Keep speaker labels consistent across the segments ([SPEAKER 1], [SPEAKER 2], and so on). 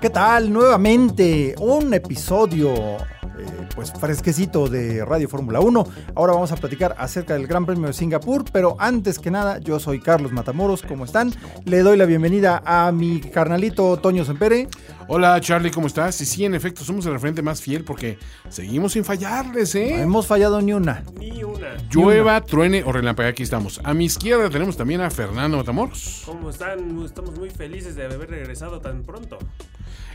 [SPEAKER 1] ¿Qué tal? Nuevamente un episodio eh, pues fresquecito de Radio Fórmula 1. Ahora vamos a platicar acerca del Gran Premio de Singapur, pero antes que nada, yo soy Carlos Matamoros, ¿cómo están? Le doy la bienvenida a mi carnalito Toño Sempere.
[SPEAKER 2] Hola Charlie, ¿cómo estás? Y sí, en efecto, somos el referente más fiel porque seguimos sin fallarles,
[SPEAKER 1] No
[SPEAKER 2] ¿eh?
[SPEAKER 1] hemos fallado ni una.
[SPEAKER 3] Ni una.
[SPEAKER 2] Llueva, truene o relampague, aquí estamos. A mi izquierda tenemos también a Fernando Matamoros.
[SPEAKER 3] ¿Cómo están? Estamos muy felices de haber regresado tan pronto.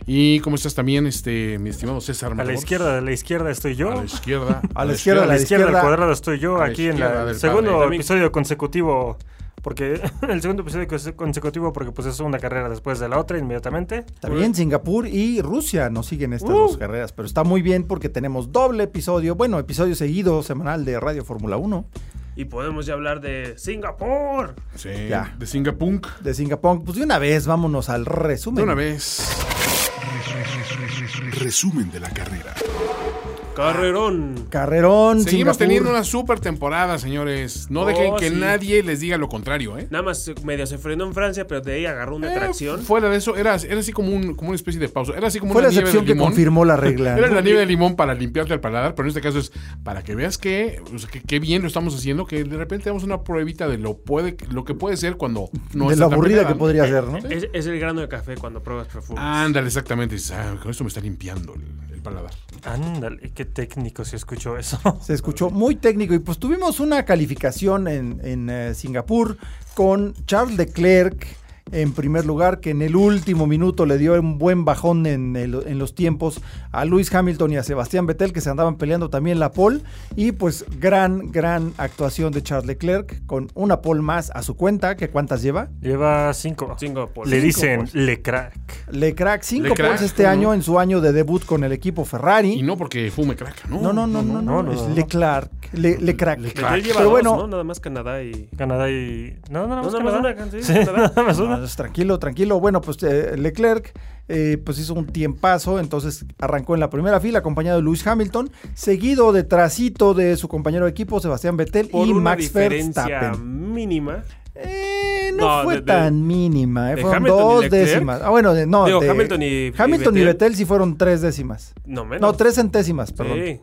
[SPEAKER 2] Y cómo estás también, este, mi estimado César
[SPEAKER 4] A la
[SPEAKER 2] Matamoros.
[SPEAKER 4] izquierda, de la izquierda estoy yo.
[SPEAKER 2] A la izquierda.
[SPEAKER 1] A la izquierda,
[SPEAKER 4] A la izquierda
[SPEAKER 1] izquierda.
[SPEAKER 4] del cuadrado estoy yo.
[SPEAKER 2] A la
[SPEAKER 4] Aquí en
[SPEAKER 2] izquierda del
[SPEAKER 4] el segundo
[SPEAKER 2] padre.
[SPEAKER 4] episodio consecutivo. Porque el segundo episodio conse- consecutivo, porque pues es una carrera después de la otra inmediatamente.
[SPEAKER 1] También Singapur y Rusia nos siguen estas
[SPEAKER 4] Uh.
[SPEAKER 1] dos carreras, pero está muy bien porque tenemos doble episodio, bueno, episodio seguido semanal de Radio Fórmula 1
[SPEAKER 3] Y podemos ya hablar de Singapur.
[SPEAKER 2] Sí,
[SPEAKER 1] Ya.
[SPEAKER 2] de Singapunk.
[SPEAKER 1] de Singapur. Pues de una vez vámonos al resumen.
[SPEAKER 2] De una vez.
[SPEAKER 5] Resumen de la carrera.
[SPEAKER 3] Carrerón.
[SPEAKER 1] Carrerón,
[SPEAKER 2] Seguimos
[SPEAKER 1] Singapur.
[SPEAKER 2] teniendo una super temporada, señores. No dejen
[SPEAKER 3] Oh,
[SPEAKER 2] que
[SPEAKER 3] sí.
[SPEAKER 2] nadie les diga lo contrario, ¿eh?
[SPEAKER 3] Nada más eh, medio se frenó en Francia, pero de ahí agarró una
[SPEAKER 2] Eh,
[SPEAKER 3] tracción.
[SPEAKER 2] fuera de eso, era, era así como, un, como una especie de pausa. Era así como
[SPEAKER 1] Fue la
[SPEAKER 2] una nieve de
[SPEAKER 1] excepción que
[SPEAKER 2] limón.
[SPEAKER 1] confirmó la regla.
[SPEAKER 2] Era
[SPEAKER 1] ¿no?
[SPEAKER 2] la nieve de limón para limpiarte el paladar, pero en este caso es para que veas que, o sea, que, que bien lo estamos haciendo, que de repente damos una pruebita de lo, puede, lo que puede ser cuando no
[SPEAKER 1] de
[SPEAKER 2] está
[SPEAKER 1] la
[SPEAKER 2] tan
[SPEAKER 1] aburrida
[SPEAKER 2] peleada,
[SPEAKER 1] que
[SPEAKER 2] ¿no?
[SPEAKER 1] podría ser, ¿no?
[SPEAKER 3] Es, es el grano de café cuando pruebas perfumes.
[SPEAKER 2] Ándale, exactamente. dices, ah, con esto me está limpiando el, el paladar.
[SPEAKER 4] Ándale, qué técnico si escucho eso.
[SPEAKER 1] Se escuchó muy técnico y pues tuvimos una calificación en, en, eh, Singapur con Charles Leclerc en primer lugar, que en el último minuto le dio un buen bajón en, el- en los tiempos a Luis Hamilton y a Sebastián Vettel, que se andaban peleando también la pole. Y pues gran, gran actuación de Charles Leclerc con una pole más a su cuenta, que cuántas lleva.
[SPEAKER 4] Lleva cinco.
[SPEAKER 3] Cinco por-
[SPEAKER 4] Le
[SPEAKER 3] Cinco
[SPEAKER 4] dicen
[SPEAKER 3] por-
[SPEAKER 4] le crack.
[SPEAKER 1] Leclerc, cinco
[SPEAKER 2] Leclerc,
[SPEAKER 1] poles este
[SPEAKER 2] ¿no?
[SPEAKER 1] año en su año de debut con el equipo Ferrari.
[SPEAKER 2] Y no porque fume crack, ¿no?
[SPEAKER 1] No, no, no, no, no,
[SPEAKER 4] no, no,
[SPEAKER 1] es
[SPEAKER 4] no, no.
[SPEAKER 1] Leclerc, Le- Leclerc.
[SPEAKER 3] Betel lleva
[SPEAKER 1] Pero
[SPEAKER 3] dos,
[SPEAKER 1] bueno,
[SPEAKER 3] ¿no? Nada más Canadá y...
[SPEAKER 4] Canadá y. No, no,
[SPEAKER 3] No,
[SPEAKER 4] no, más
[SPEAKER 3] nada más
[SPEAKER 4] Canadá.
[SPEAKER 3] una, sí,
[SPEAKER 4] Sí,
[SPEAKER 3] Canadá.
[SPEAKER 4] nada más
[SPEAKER 1] No,
[SPEAKER 4] una.
[SPEAKER 1] pues, tranquilo, tranquilo. Bueno, pues eh, Leclerc eh, pues hizo un tiempazo, entonces arrancó en la primera fila acompañado de Lewis Hamilton, seguido detrásito de su compañero de equipo Sebastián Vettel
[SPEAKER 3] Por
[SPEAKER 1] y
[SPEAKER 3] una
[SPEAKER 1] Max
[SPEAKER 3] diferencia
[SPEAKER 1] Verstappen.
[SPEAKER 3] mínima.
[SPEAKER 1] Eh, no,
[SPEAKER 3] No,
[SPEAKER 1] fue
[SPEAKER 3] de- de-
[SPEAKER 1] tan mínima, eh,
[SPEAKER 3] de
[SPEAKER 1] fueron
[SPEAKER 3] Hamilton y
[SPEAKER 1] dos
[SPEAKER 3] Leclerc.
[SPEAKER 1] décimas. Ah, bueno, de- no,
[SPEAKER 3] Digo,
[SPEAKER 1] de-
[SPEAKER 3] Hamilton y-
[SPEAKER 1] Hamilton
[SPEAKER 3] y
[SPEAKER 1] y
[SPEAKER 3] Vettel.
[SPEAKER 1] Vettel sí fueron tres décimas.
[SPEAKER 3] No menos.
[SPEAKER 1] No, tres centésimas, perdón.
[SPEAKER 3] Sí.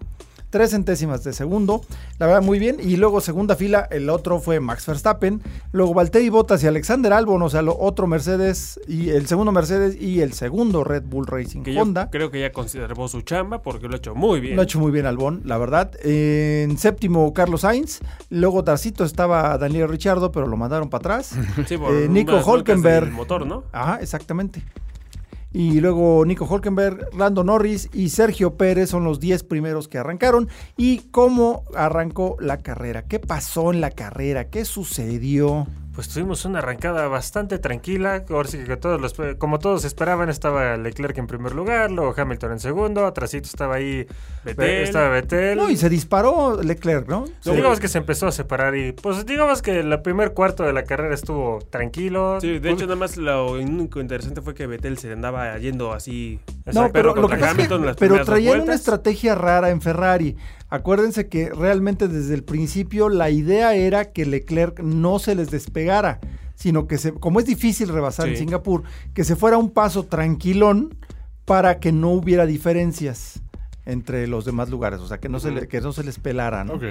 [SPEAKER 1] Tres centésimas de segundo, la verdad muy bien. Y luego segunda fila, el otro fue Max Verstappen. Luego Valtteri Bottas y Alexander Albon, o sea, lo otro Mercedes y el segundo Mercedes y el segundo Red Bull Racing
[SPEAKER 3] Que yo
[SPEAKER 1] Honda.
[SPEAKER 3] creo que ya conservó su chamba porque lo ha hecho muy bien.
[SPEAKER 1] Lo ha hecho muy bien Albon, la verdad. En séptimo, Carlos Sainz. Luego, Tarcito estaba Daniel Richardo, pero lo mandaron para atrás.
[SPEAKER 3] Sí, por
[SPEAKER 1] Eh, Nico
[SPEAKER 3] unas broncas
[SPEAKER 1] Hülkenberg.
[SPEAKER 3] del motor, ¿no?
[SPEAKER 1] Ajá, exactamente. Y luego Nico Holkenberg, Lando Norris y Sergio Pérez son los 10 primeros que arrancaron. ¿Y cómo arrancó la carrera? ¿Qué pasó en la carrera? ¿Qué sucedió?
[SPEAKER 4] Pues tuvimos una arrancada bastante tranquila. Ahora sí que todos los- como todos esperaban, estaba Leclerc en primer lugar, luego Hamilton en segundo, atrásito estaba ahí
[SPEAKER 3] Vettel.
[SPEAKER 4] estaba Vettel.
[SPEAKER 1] No, y se disparó Leclerc, ¿no?
[SPEAKER 4] Sí, digamos que se empezó a separar y pues digamos que el primer cuarto de la carrera estuvo tranquilo.
[SPEAKER 3] Sí, de
[SPEAKER 4] Pues,
[SPEAKER 3] hecho, nada más lo único interesante fue que Betel se andaba yendo así.
[SPEAKER 1] No,
[SPEAKER 4] exacto,
[SPEAKER 1] pero lo que
[SPEAKER 3] contra
[SPEAKER 1] pasa es que-
[SPEAKER 3] Hamilton en las
[SPEAKER 1] pero
[SPEAKER 3] primeras dos
[SPEAKER 1] traían una
[SPEAKER 3] vueltas.
[SPEAKER 1] estrategia rara en Ferrari. Acuérdense que realmente desde el principio la idea era que Leclerc no se les despegara, sino que se, como es difícil rebasar en
[SPEAKER 3] Sí.
[SPEAKER 1] Singapur, que se fuera un paso tranquilón para que no hubiera diferencias entre los demás lugares, o sea, que no se, le- que no se les pelara, ¿no?
[SPEAKER 2] Ok.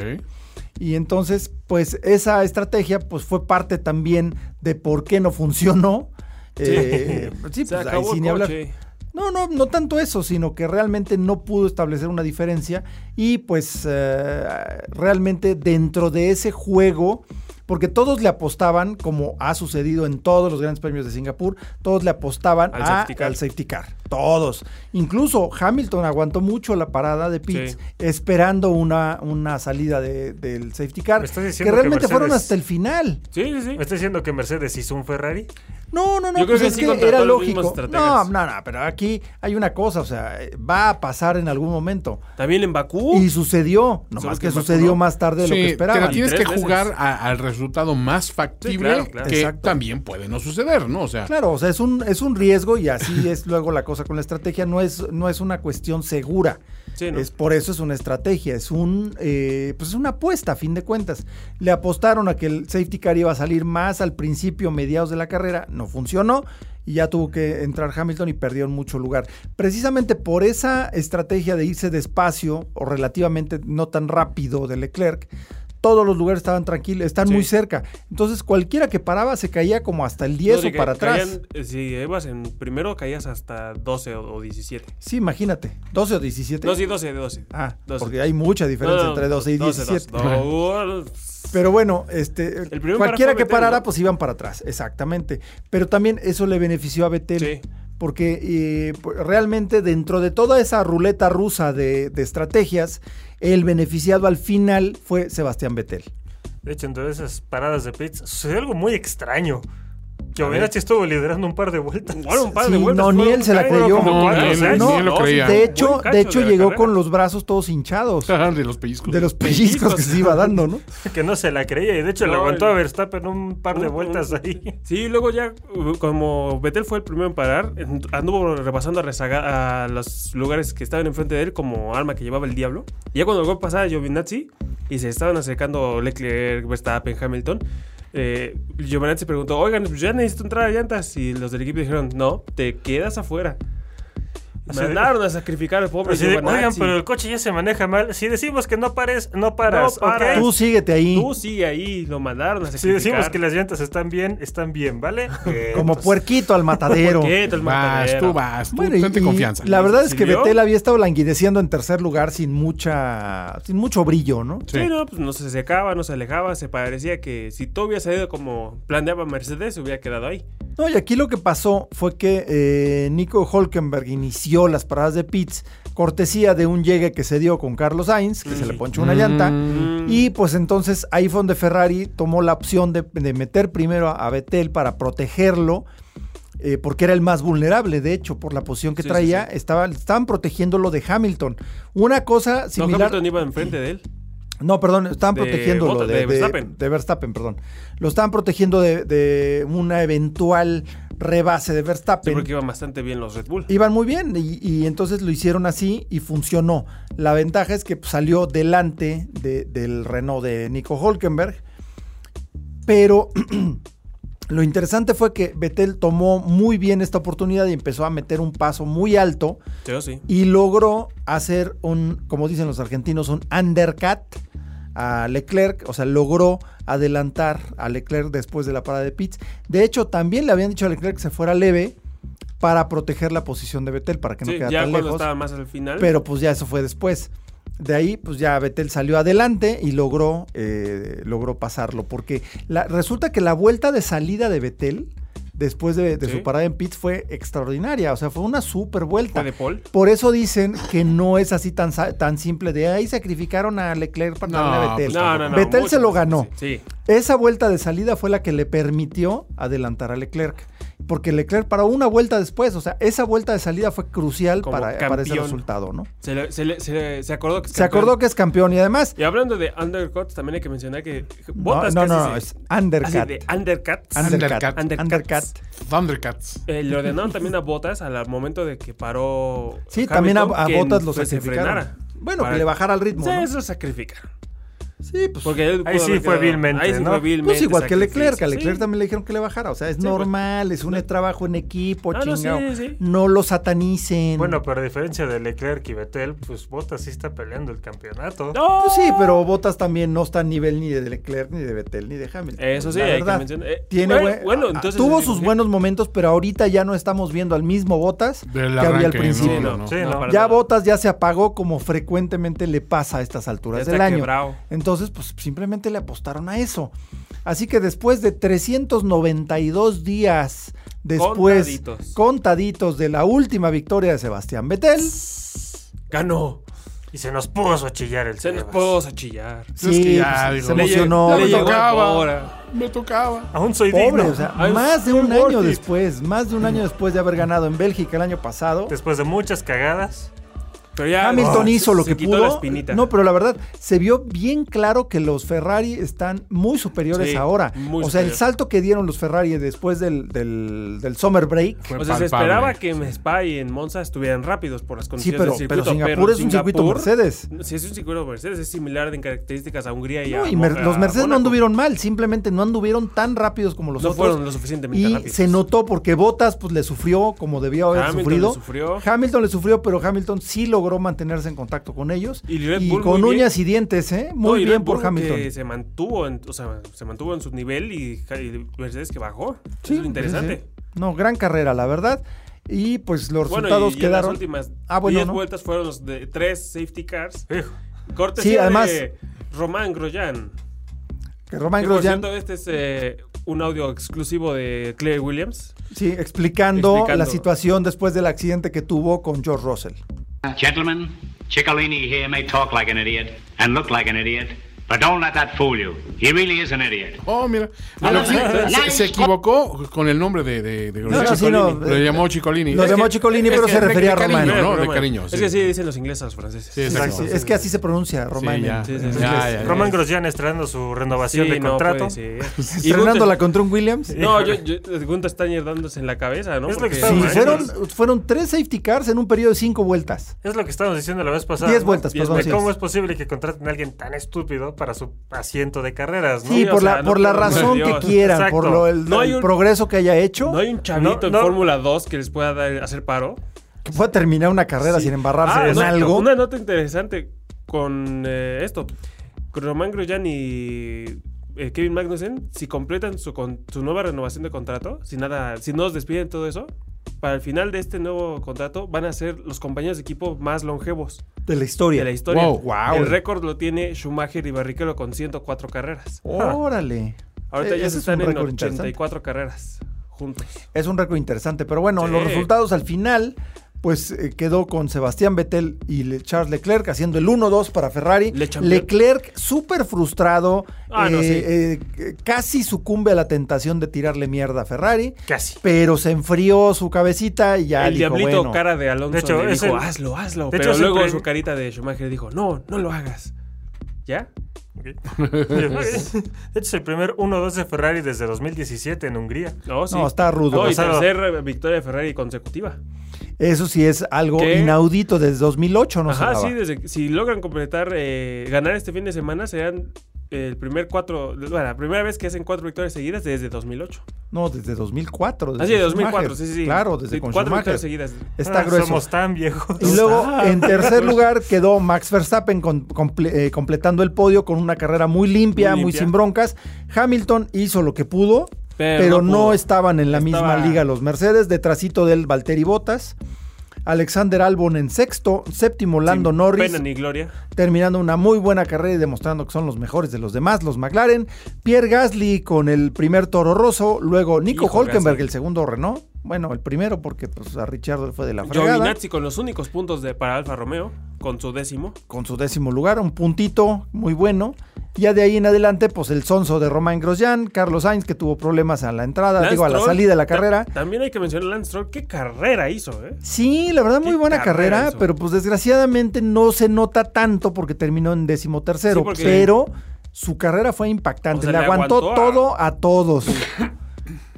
[SPEAKER 1] Y entonces, pues esa estrategia pues fue parte también de por qué no funcionó. Eh, sí,
[SPEAKER 3] Se
[SPEAKER 1] pues, ahí
[SPEAKER 3] acabó
[SPEAKER 1] sí
[SPEAKER 3] el
[SPEAKER 1] ni hablar.
[SPEAKER 3] coche.
[SPEAKER 1] No, no, no tanto eso, sino que realmente no pudo establecer una diferencia y pues eh, realmente dentro de ese juego, porque todos le apostaban, como ha sucedido en todos los grandes premios de Singapur, todos le apostaban
[SPEAKER 3] Al
[SPEAKER 1] a-
[SPEAKER 3] safety car.
[SPEAKER 1] al safety car, todos. Incluso Hamilton aguantó mucho la parada de Pitts
[SPEAKER 3] Sí.
[SPEAKER 1] esperando una, una salida de- del safety car,
[SPEAKER 4] ¿Me estás
[SPEAKER 1] que
[SPEAKER 4] diciendo que
[SPEAKER 1] realmente fueron
[SPEAKER 4] Mercedes-
[SPEAKER 1] hasta el final.
[SPEAKER 3] Sí, sí, sí.
[SPEAKER 4] ¿Me está diciendo que Mercedes hizo un Ferrari?
[SPEAKER 1] No, no, no,
[SPEAKER 3] Yo creo
[SPEAKER 1] pues
[SPEAKER 3] que
[SPEAKER 1] es
[SPEAKER 3] sí
[SPEAKER 1] que
[SPEAKER 3] contrató
[SPEAKER 1] era
[SPEAKER 3] a los
[SPEAKER 1] lógico.
[SPEAKER 3] mismos
[SPEAKER 1] No,
[SPEAKER 3] estrategas.
[SPEAKER 1] no, no, pero aquí hay una cosa, o sea, eh, va a pasar en algún momento.
[SPEAKER 3] También en Bakú.
[SPEAKER 1] Y sucedió, nomás
[SPEAKER 3] ¿Sabes
[SPEAKER 1] que
[SPEAKER 3] quién
[SPEAKER 1] sucedió
[SPEAKER 3] vacunó?
[SPEAKER 1] más tarde de lo que
[SPEAKER 2] Sí, te la
[SPEAKER 1] esperaban.
[SPEAKER 2] tienes que
[SPEAKER 3] Tres veces.
[SPEAKER 2] jugar a- al resultado más factible
[SPEAKER 3] claro, claro.
[SPEAKER 2] que
[SPEAKER 1] Exacto.
[SPEAKER 2] también puede no suceder, ¿no? O sea,
[SPEAKER 1] Claro, o sea, es un, es un riesgo y así es luego la cosa con la estrategia, no es, no es una cuestión segura.
[SPEAKER 3] Sí, ¿no?
[SPEAKER 1] Es por eso es una estrategia, es un eh, pues es una apuesta a fin de cuentas. Le apostaron a que el safety car iba a salir más al principio, mediados de la carrera, no funcionó y ya tuvo que entrar Hamilton y perdieron mucho lugar. Precisamente por esa estrategia de irse despacio o relativamente no tan rápido de Leclerc, todos los lugares estaban tranquilos, están
[SPEAKER 3] Sí.
[SPEAKER 1] muy cerca. Entonces cualquiera que paraba se caía como hasta el 10
[SPEAKER 3] No, de
[SPEAKER 1] o
[SPEAKER 3] que
[SPEAKER 1] para atrás.
[SPEAKER 3] caían, eh, si ibas en primero, caías hasta 12 o, o 17.
[SPEAKER 1] Sí, imagínate, 12 o 17.
[SPEAKER 3] No, sí, 12, 12.
[SPEAKER 1] Ah,
[SPEAKER 3] 12.
[SPEAKER 1] porque hay mucha diferencia
[SPEAKER 3] No, no,
[SPEAKER 1] entre 12 y 17.
[SPEAKER 3] no,
[SPEAKER 1] Pero bueno, este, cualquiera
[SPEAKER 3] primer paró fue
[SPEAKER 1] que
[SPEAKER 3] Vettel,
[SPEAKER 1] parara,
[SPEAKER 3] ¿no?
[SPEAKER 1] pues iban para atrás, exactamente. Pero también eso le benefició a Betel.
[SPEAKER 3] Sí.
[SPEAKER 1] Porque eh, pu- realmente dentro de toda esa ruleta rusa de, de estrategias, el beneficiado al final fue Sebastián Betel.
[SPEAKER 4] De hecho, en todas esas paradas de pits sucedió algo muy extraño. Giovinazzi estuvo liderando un par de vueltas.
[SPEAKER 3] Bueno, un par de
[SPEAKER 1] Sí,
[SPEAKER 3] vueltas.
[SPEAKER 1] no, ni
[SPEAKER 3] fueron
[SPEAKER 1] él se la
[SPEAKER 3] como
[SPEAKER 1] creyó.
[SPEAKER 3] cuatro,
[SPEAKER 2] No,
[SPEAKER 3] cuatro,
[SPEAKER 2] ni él-
[SPEAKER 3] seis,
[SPEAKER 2] ni él lo
[SPEAKER 3] dos,
[SPEAKER 2] creía.
[SPEAKER 3] sí,
[SPEAKER 1] De
[SPEAKER 3] un
[SPEAKER 1] hecho,
[SPEAKER 3] buen cacho
[SPEAKER 1] de hecho
[SPEAKER 3] la
[SPEAKER 1] llegó
[SPEAKER 3] carrera.
[SPEAKER 1] con los brazos todos hinchados
[SPEAKER 2] de los pellizcos.
[SPEAKER 1] de los pellizcos que se iba dando, ¿no?
[SPEAKER 4] Que no se la creía. Y de hecho, le
[SPEAKER 3] No,
[SPEAKER 4] aguantó a
[SPEAKER 3] el-
[SPEAKER 4] Verstappen un par de
[SPEAKER 3] Un-
[SPEAKER 4] vueltas
[SPEAKER 3] un-
[SPEAKER 4] ahí.
[SPEAKER 3] Sí, luego ya, uh, como Vettel fue el primero en parar, en- anduvo repasando a, rezaga- a los lugares que estaban enfrente de él como arma que llevaba el diablo. Y ya cuando logró pasar a Giovinazzi y se estaban acercando Leclerc, Verstappen, Hamilton, eh, Giovinazzi preguntó, oigan, pues ya necesito entrar a llantas. Y los del equipo dijeron, no, te quedas afuera.
[SPEAKER 4] Así de-
[SPEAKER 3] Mandaron a sacrificar al pobre
[SPEAKER 4] Así de,
[SPEAKER 3] Giovinazzi.
[SPEAKER 4] Oigan, pero el coche ya se maneja mal. Si decimos que no pares, no paras.
[SPEAKER 3] No paras.
[SPEAKER 4] ¿ok?
[SPEAKER 1] Tú síguete ahí,
[SPEAKER 3] Tú sigue ahí, lo mandaron a
[SPEAKER 4] Si
[SPEAKER 3] sacrificar.
[SPEAKER 4] decimos que las llantas están bien, están bien, ¿vale? Eh,
[SPEAKER 1] como
[SPEAKER 4] pues,
[SPEAKER 1] puerquito al matadero.
[SPEAKER 3] Quieto, el
[SPEAKER 2] Vas,
[SPEAKER 3] matadero.
[SPEAKER 2] tú vas, tú
[SPEAKER 1] Bueno, y-
[SPEAKER 2] tente
[SPEAKER 1] y
[SPEAKER 2] confianza.
[SPEAKER 1] La verdad es que
[SPEAKER 3] ¿Sirvió?
[SPEAKER 1] Betel había estado languideciendo en tercer lugar sin mucha sin mucho brillo, ¿no?
[SPEAKER 2] Sí.
[SPEAKER 3] Sí. no, pues no se secaba, no se alejaba, se parecía que si todo hubiera salido como planeaba Mercedes, se hubiera quedado ahí.
[SPEAKER 1] No, y aquí lo que pasó fue que eh, Nico Holkenberg inició las paradas de pits cortesía de un llegue que se dio con Carlos Sainz, que se le ponchó una llanta.
[SPEAKER 3] Mm.
[SPEAKER 2] Mm.
[SPEAKER 1] Y pues entonces ahí fue donde Ferrari tomó la opción de, de meter primero a, a Vettel para protegerlo, eh, porque era el más vulnerable, de hecho, por la posición que
[SPEAKER 3] Sí, sí,
[SPEAKER 1] traía, estaba- estaban protegiéndolo de Hamilton. Una cosa
[SPEAKER 3] No,
[SPEAKER 1] similar...
[SPEAKER 3] Hamilton iba enfrente de él.
[SPEAKER 1] No, perdón, estaban
[SPEAKER 3] De
[SPEAKER 1] protegiéndolo
[SPEAKER 3] Bottas,
[SPEAKER 1] de,
[SPEAKER 3] de
[SPEAKER 1] de-
[SPEAKER 3] Verstappen.
[SPEAKER 1] de Verstappen, perdón. Lo estaban protegiendo de, de una eventual rebase de
[SPEAKER 3] Sí,
[SPEAKER 1] Verstappen.
[SPEAKER 3] porque iban bastante bien los Red Bull.
[SPEAKER 1] Iban muy bien y, y entonces lo hicieron así y funcionó. La ventaja es que pues, salió delante de- del Renault de Nico Holkenberg. Pero lo interesante fue que Vettel tomó muy bien esta oportunidad y empezó a meter un paso muy alto
[SPEAKER 3] Yo sí.
[SPEAKER 1] y logró hacer un, como dicen los argentinos, un undercut a Leclerc, o sea, logró adelantar a Leclerc después de la parada de pits. De hecho, también le habían dicho a Leclerc que se fuera leve para proteger la posición de Vettel, para que no
[SPEAKER 3] Sí,
[SPEAKER 1] quedara
[SPEAKER 3] ya
[SPEAKER 1] tan
[SPEAKER 3] cuando
[SPEAKER 1] lejos.
[SPEAKER 3] estaba más al final.
[SPEAKER 1] Pero pues ya eso fue después. De ahí, pues ya Vettel salió adelante y logró, eh, logró pasarlo. Porque la- resulta que la vuelta de salida de Vettel, después de, de
[SPEAKER 3] Sí.
[SPEAKER 1] su parada en pits, fue extraordinaria. O sea, fue una super vuelta.
[SPEAKER 3] fue de Paul.
[SPEAKER 1] Por eso dicen que no es así tan, sa- tan simple de ahí sacrificaron a Leclerc para
[SPEAKER 2] No,
[SPEAKER 1] darle a Vettel.
[SPEAKER 2] pues
[SPEAKER 3] No, no, no.
[SPEAKER 1] Vettel
[SPEAKER 3] mucho
[SPEAKER 1] se lo
[SPEAKER 3] más.
[SPEAKER 1] ganó.
[SPEAKER 3] Sí. sí.
[SPEAKER 1] Esa vuelta de salida fue la que le permitió adelantar a Leclerc. Porque Leclerc paró una vuelta después. O sea, esa vuelta de salida fue crucial
[SPEAKER 3] Como
[SPEAKER 1] para, para ese
[SPEAKER 3] campeón.
[SPEAKER 1] resultado, ¿no?
[SPEAKER 3] Se, le- se, le- se, le- se acordó que es
[SPEAKER 1] Se
[SPEAKER 3] campeón.
[SPEAKER 1] acordó que es campeón y además.
[SPEAKER 3] Y hablando de undercuts, también hay que mencionar que
[SPEAKER 1] No,
[SPEAKER 3] Bottas
[SPEAKER 1] no, no,
[SPEAKER 3] casi
[SPEAKER 1] no,
[SPEAKER 3] se-
[SPEAKER 1] es
[SPEAKER 3] así
[SPEAKER 1] undercut.
[SPEAKER 3] de undercuts.
[SPEAKER 1] Undercut.
[SPEAKER 3] Undercut.
[SPEAKER 1] Undercut.
[SPEAKER 2] Thundercats.
[SPEAKER 3] Eh, le ordenaron también a Botas al momento de que paró.
[SPEAKER 1] Sí, también a,
[SPEAKER 3] Hamilton
[SPEAKER 1] a
[SPEAKER 3] que,
[SPEAKER 1] Bottas lo
[SPEAKER 3] pues, se
[SPEAKER 1] sacrificaron.
[SPEAKER 3] frenara.
[SPEAKER 1] Bueno,
[SPEAKER 3] Para-
[SPEAKER 1] que le bajara el ritmo.
[SPEAKER 3] Sí,
[SPEAKER 1] ¿no?
[SPEAKER 3] eso sacrificaron.
[SPEAKER 1] Sí, pues.
[SPEAKER 3] Porque él
[SPEAKER 4] Ahí
[SPEAKER 3] pudo
[SPEAKER 4] sí
[SPEAKER 3] haber
[SPEAKER 4] fue
[SPEAKER 3] quedado-
[SPEAKER 4] vilmente,
[SPEAKER 3] Ahí sí
[SPEAKER 4] ¿no?
[SPEAKER 3] fue vilmente.
[SPEAKER 1] Pues igual que Leclerc, a
[SPEAKER 3] sacrificio,
[SPEAKER 1] Leclerc
[SPEAKER 3] sí.
[SPEAKER 1] también le dijeron que le bajara. O sea, es
[SPEAKER 3] Sí, pues.
[SPEAKER 1] normal, es un trabajo en equipo,
[SPEAKER 3] Ah, no,
[SPEAKER 1] chingado. No,
[SPEAKER 3] sí, sí.
[SPEAKER 1] lo satanicen.
[SPEAKER 4] Bueno, pero a diferencia de Leclerc y Vettel, pues Bottas sí está peleando el campeonato.
[SPEAKER 3] No.
[SPEAKER 1] Pues sí, pero Botas también no está a nivel ni de Leclerc, ni de Vettel, ni de Hamilton.
[SPEAKER 3] Eso sí,
[SPEAKER 1] La
[SPEAKER 3] hay que
[SPEAKER 1] verdad.
[SPEAKER 3] mencionar. Eh,
[SPEAKER 1] Tiene
[SPEAKER 3] bueno,
[SPEAKER 1] buen-
[SPEAKER 3] bueno,
[SPEAKER 1] ah,
[SPEAKER 3] entonces eh,
[SPEAKER 1] tuvo
[SPEAKER 3] sí,
[SPEAKER 1] sus
[SPEAKER 3] sí.
[SPEAKER 1] buenos momentos, pero ahorita ya no estamos viendo al mismo Botas que
[SPEAKER 2] Del
[SPEAKER 1] había al
[SPEAKER 2] arranque, ¿no?
[SPEAKER 3] Sí,
[SPEAKER 1] principio.
[SPEAKER 3] no,
[SPEAKER 4] Sí,
[SPEAKER 3] no,
[SPEAKER 4] no.
[SPEAKER 3] para
[SPEAKER 1] Ya
[SPEAKER 3] nada.
[SPEAKER 1] Botas ya se apagó como frecuentemente le pasa a estas
[SPEAKER 3] Ya
[SPEAKER 1] alturas
[SPEAKER 3] está
[SPEAKER 1] pues, del año.
[SPEAKER 3] quebrado.
[SPEAKER 1] Entonces, pues simplemente le apostaron a eso. Así que después de 392 días después, contaditos,
[SPEAKER 3] Contaditos.
[SPEAKER 1] de la última victoria de Sebastián Vettel,
[SPEAKER 3] Ganó.
[SPEAKER 4] Y se nos puso a chillar el
[SPEAKER 3] Se nos
[SPEAKER 4] Sebas.
[SPEAKER 3] puso a chillar.
[SPEAKER 2] Es que ya,
[SPEAKER 1] pues,
[SPEAKER 2] digo,
[SPEAKER 1] se
[SPEAKER 3] le-
[SPEAKER 1] emocionó.
[SPEAKER 3] le
[SPEAKER 2] me
[SPEAKER 3] llegó
[SPEAKER 2] tocaba.
[SPEAKER 3] ahora.
[SPEAKER 2] Me tocaba.
[SPEAKER 4] Aún soy
[SPEAKER 1] Pobre,
[SPEAKER 4] digno.
[SPEAKER 1] o sea,
[SPEAKER 3] I'm
[SPEAKER 1] más de
[SPEAKER 3] still
[SPEAKER 1] un
[SPEAKER 3] worth
[SPEAKER 1] año
[SPEAKER 3] it.
[SPEAKER 1] después, más de un año después de haber ganado en Bélgica el año pasado,
[SPEAKER 4] Después de muchas cagadas.
[SPEAKER 3] Pero ya
[SPEAKER 1] Hamilton
[SPEAKER 3] oh,
[SPEAKER 1] hizo lo
[SPEAKER 3] se
[SPEAKER 1] que
[SPEAKER 3] quitó la
[SPEAKER 1] pudo.
[SPEAKER 3] espinita.
[SPEAKER 1] No, pero la verdad, se vio bien claro que los Ferrari están muy superiores
[SPEAKER 3] Sí,
[SPEAKER 1] ahora.
[SPEAKER 3] muy
[SPEAKER 1] o sea, el
[SPEAKER 3] superior.
[SPEAKER 1] salto que dieron los Ferrari después del, del- del summer break.
[SPEAKER 2] Fue
[SPEAKER 3] o sea, se
[SPEAKER 2] palpable.
[SPEAKER 3] esperaba que en Spa y en Monza estuvieran rápidos por las
[SPEAKER 1] Sí,
[SPEAKER 3] condiciones
[SPEAKER 1] pero,
[SPEAKER 3] del
[SPEAKER 1] pero
[SPEAKER 3] circuito.
[SPEAKER 1] Singapur es un circuito
[SPEAKER 3] Singapur-
[SPEAKER 1] Mercedes.
[SPEAKER 3] Sí, es un circuito Mercedes. Es similar en características a Hungría y
[SPEAKER 1] No,
[SPEAKER 3] a
[SPEAKER 1] y Mer-
[SPEAKER 3] Mo-
[SPEAKER 1] los
[SPEAKER 3] a
[SPEAKER 1] Mercedes no
[SPEAKER 3] Mónaco.
[SPEAKER 1] anduvieron mal, simplemente no anduvieron tan rápidos como los
[SPEAKER 3] No
[SPEAKER 1] otros.
[SPEAKER 3] fueron lo suficientemente
[SPEAKER 1] y
[SPEAKER 3] rápidos.
[SPEAKER 1] se notó porque Bottas pues le sufrió como debió haber
[SPEAKER 3] Hamilton
[SPEAKER 1] sufrido.
[SPEAKER 3] le sufrió.
[SPEAKER 1] Hamilton le sufrió, pero Hamilton sí logró mantenerse en contacto con ellos.
[SPEAKER 3] Y Red Bull
[SPEAKER 1] con
[SPEAKER 3] muy bien.
[SPEAKER 1] uñas y dientes, ¿eh? Muy
[SPEAKER 3] No, y Red
[SPEAKER 1] bien por
[SPEAKER 3] Bull
[SPEAKER 1] Hamilton.
[SPEAKER 3] Que se mantuvo, en, o sea, se mantuvo en su nivel y, Ja- y Mercedes que bajó.
[SPEAKER 1] Sí,
[SPEAKER 3] Eso es interesante.
[SPEAKER 1] sí, sí. No, gran carrera, la verdad. Y pues los
[SPEAKER 3] Bueno,
[SPEAKER 1] resultados
[SPEAKER 3] y,
[SPEAKER 1] quedaron.
[SPEAKER 3] en las últimas
[SPEAKER 1] Ah, bueno,
[SPEAKER 3] 10
[SPEAKER 1] ¿no?
[SPEAKER 3] vueltas fueron los de 3 safety cars.
[SPEAKER 4] Hijo.
[SPEAKER 3] Cortesía
[SPEAKER 1] Sí, además-
[SPEAKER 3] de Román Grosjean.
[SPEAKER 1] Que Romain
[SPEAKER 3] Que, por
[SPEAKER 1] Grosjean,
[SPEAKER 3] cierto, este es eh, un audio exclusivo de Claire Williams.
[SPEAKER 1] sí, explicando, la
[SPEAKER 3] Explicando.
[SPEAKER 1] situación después del accidente que tuvo con George Russell.
[SPEAKER 6] Uh, Gentlemen, Ciccolini here may talk like an idiot and look like an idiot, but don't let that fool you. He really is an idiot.
[SPEAKER 2] Oh, mira. Pero sí, se, se equivocó con el nombre de, de, de
[SPEAKER 1] No, no, sí, no.
[SPEAKER 2] Lo llamó Chicolini.
[SPEAKER 1] Lo
[SPEAKER 2] Es
[SPEAKER 1] llamó
[SPEAKER 2] que-
[SPEAKER 1] Chicolini,
[SPEAKER 2] es
[SPEAKER 1] pero
[SPEAKER 2] que
[SPEAKER 1] se
[SPEAKER 2] de- de
[SPEAKER 1] refería a
[SPEAKER 2] cariño,
[SPEAKER 1] Román.
[SPEAKER 2] Ah, ¿no? De cariño.
[SPEAKER 3] Es
[SPEAKER 2] sí.
[SPEAKER 3] que así dicen los ingleses a los franceses.
[SPEAKER 2] Sí,
[SPEAKER 1] Sí,
[SPEAKER 2] exacto.
[SPEAKER 1] sí, es que así se pronuncia Romain.
[SPEAKER 2] Sí, ya.
[SPEAKER 3] Sí, sí, sí.
[SPEAKER 2] Ya, ya, ya.
[SPEAKER 4] Román Grosjean estrenando su renovación
[SPEAKER 3] Sí,
[SPEAKER 4] de
[SPEAKER 3] no
[SPEAKER 4] contrato.
[SPEAKER 3] puede
[SPEAKER 1] pues.
[SPEAKER 3] ser. Y
[SPEAKER 1] Estrenándola
[SPEAKER 3] Gunther-
[SPEAKER 1] contra un Williams.
[SPEAKER 3] No, yo, yo, Gunther Steiner dándose en la cabeza, ¿no?
[SPEAKER 4] Es lo
[SPEAKER 3] Porque-
[SPEAKER 4] que estaba
[SPEAKER 1] Sí,
[SPEAKER 4] manches.
[SPEAKER 1] fueron, fueron tres safety cars en un periodo de cinco vueltas.
[SPEAKER 4] Es lo que estábamos diciendo la vez pasada.
[SPEAKER 1] Diez
[SPEAKER 4] ¿no?
[SPEAKER 1] vueltas,
[SPEAKER 4] De
[SPEAKER 1] perdón, sí.
[SPEAKER 4] ¿Cómo es posible que contraten a alguien tan estúpido para su asiento de carreras? ¿no?
[SPEAKER 1] Sí,
[SPEAKER 3] o
[SPEAKER 1] por,
[SPEAKER 3] sea,
[SPEAKER 1] la,
[SPEAKER 3] no
[SPEAKER 1] por la
[SPEAKER 3] por-
[SPEAKER 1] razón
[SPEAKER 3] Dios.
[SPEAKER 1] que quieran,
[SPEAKER 4] Exacto.
[SPEAKER 1] por lo- el,
[SPEAKER 3] No hay
[SPEAKER 1] el
[SPEAKER 3] un-
[SPEAKER 1] progreso que haya hecho.
[SPEAKER 3] No hay un chavito
[SPEAKER 4] No, no.
[SPEAKER 3] en Fórmula 2 que les pueda dar, hacer paro.
[SPEAKER 1] Que pueda terminar una carrera sin embarrarse
[SPEAKER 3] Ah,
[SPEAKER 1] en
[SPEAKER 3] no,
[SPEAKER 1] algo.
[SPEAKER 3] Una nota interesante con eh, esto. Román Grosjean y eh, Kevin Magnussen, si completan su, con- su nueva renovación de contrato, si nada, si no los despiden todo eso, para el final de este nuevo contrato van a ser los compañeros de equipo más longevos
[SPEAKER 1] de la historia.
[SPEAKER 3] de la historia.
[SPEAKER 2] Wow,
[SPEAKER 1] wow.
[SPEAKER 3] El récord lo tiene Schumacher y Barrichello con 104 carreras.
[SPEAKER 1] Órale.
[SPEAKER 3] Ahorita
[SPEAKER 1] E-
[SPEAKER 3] ya
[SPEAKER 1] Oh, ese
[SPEAKER 3] se
[SPEAKER 1] es un
[SPEAKER 3] están en
[SPEAKER 1] récord interesante.
[SPEAKER 3] 84 carreras juntos.
[SPEAKER 1] Es un récord interesante, pero bueno,
[SPEAKER 3] Sí.
[SPEAKER 1] los resultados al final, pues eh, quedó con Sebastián Vettel y Le- Charles Leclerc haciendo el 1-2 para Ferrari.
[SPEAKER 3] Le chambeó.
[SPEAKER 1] Leclerc súper frustrado,
[SPEAKER 3] Ah, no,
[SPEAKER 1] eh,
[SPEAKER 3] sí.
[SPEAKER 1] eh, eh, casi sucumbe a la tentación de tirarle mierda a Ferrari,
[SPEAKER 4] Casi.
[SPEAKER 1] pero se enfrió su cabecita y ya
[SPEAKER 3] el
[SPEAKER 1] dijo,
[SPEAKER 3] diablito
[SPEAKER 1] bueno,
[SPEAKER 3] cara de Alonso
[SPEAKER 4] De hecho,
[SPEAKER 3] le
[SPEAKER 4] es
[SPEAKER 3] dijo,
[SPEAKER 4] el-
[SPEAKER 3] hazlo, hazlo.
[SPEAKER 4] de
[SPEAKER 3] pero
[SPEAKER 4] hecho, es el
[SPEAKER 3] luego
[SPEAKER 4] prim-
[SPEAKER 3] su carita de Schumacher dijo, no, no lo hagas. ¿Ya?
[SPEAKER 4] Ok. de hecho, es el primer 1-2 de Ferrari desde 2017 en Hungría.
[SPEAKER 3] No, sí.
[SPEAKER 1] No, está rudo.
[SPEAKER 3] No, y
[SPEAKER 4] O sea,
[SPEAKER 3] tercer victoria de Ferrari consecutiva.
[SPEAKER 1] Eso sí es algo
[SPEAKER 3] ¿Qué?
[SPEAKER 1] inaudito desde 2008, no se
[SPEAKER 3] Ajá,
[SPEAKER 1] daba.
[SPEAKER 3] sí, desde, que- si logran completar, eh, ganar este fin de semana, serán el primer cuatro, bueno, la primera vez que hacen cuatro victorias seguidas desde 2008.
[SPEAKER 1] No, desde 2004. Pues Desde
[SPEAKER 3] Así, de
[SPEAKER 1] Schumacher.
[SPEAKER 3] 2004, Ah, sí, sí, sí.
[SPEAKER 1] Claro, desde
[SPEAKER 3] Sí,
[SPEAKER 1] con
[SPEAKER 3] Cuatro
[SPEAKER 1] Schumacher.
[SPEAKER 3] victorias seguidas.
[SPEAKER 1] Está
[SPEAKER 4] Ah,
[SPEAKER 1] grueso.
[SPEAKER 4] Somos tan viejos.
[SPEAKER 1] Y luego, en tercer lugar, quedó Max Verstappen con- comple- eh, completando el podio con una carrera muy limpia,
[SPEAKER 3] Muy
[SPEAKER 1] muy,
[SPEAKER 3] limpia.
[SPEAKER 1] sin broncas. Hamilton hizo lo que pudo, pero,
[SPEAKER 3] Pero no
[SPEAKER 1] no,
[SPEAKER 3] pudo.
[SPEAKER 1] estaban en la
[SPEAKER 3] Estaba-
[SPEAKER 1] misma liga los Mercedes. Detrásito del Valtteri Bottas. Alexander Albon en sexto, séptimo Lando
[SPEAKER 3] Sin
[SPEAKER 1] Norris,
[SPEAKER 3] Pena ni gloria.
[SPEAKER 1] terminando una muy buena carrera y demostrando que son los mejores de los demás, los McLaren. Pierre Gasly con el primer Toro Rosso, luego Nico
[SPEAKER 3] Hijo,
[SPEAKER 1] Holkenberg,
[SPEAKER 3] Gasly.
[SPEAKER 1] el segundo Renault. Bueno, el primero porque pues, a Richard fue de la fregada.
[SPEAKER 3] Giovinazzi con los únicos puntos de, para Alfa Romeo, con su décimo.
[SPEAKER 1] con su décimo lugar, un puntito muy bueno. Ya de ahí en adelante, pues el sonso de Romain Grosjean, Carlos Sainz que tuvo problemas a la entrada,
[SPEAKER 3] Lance
[SPEAKER 1] digo, a la
[SPEAKER 3] Stroll,
[SPEAKER 1] salida de la
[SPEAKER 3] ta-
[SPEAKER 1] carrera.
[SPEAKER 3] También hay que mencionar a Lance Stroll. ¿Qué carrera hizo, eh?
[SPEAKER 1] Sí, la verdad muy
[SPEAKER 3] Qué
[SPEAKER 1] buena
[SPEAKER 3] carrera
[SPEAKER 1] carrera,
[SPEAKER 3] hizo.
[SPEAKER 1] pero pues desgraciadamente no se nota tanto porque terminó en décimo tercero,
[SPEAKER 3] Sí, porque-
[SPEAKER 1] pero su carrera fue impactante,
[SPEAKER 3] O sea,
[SPEAKER 1] le
[SPEAKER 3] le
[SPEAKER 1] aguantó
[SPEAKER 3] aguantó a-
[SPEAKER 1] todo a todos.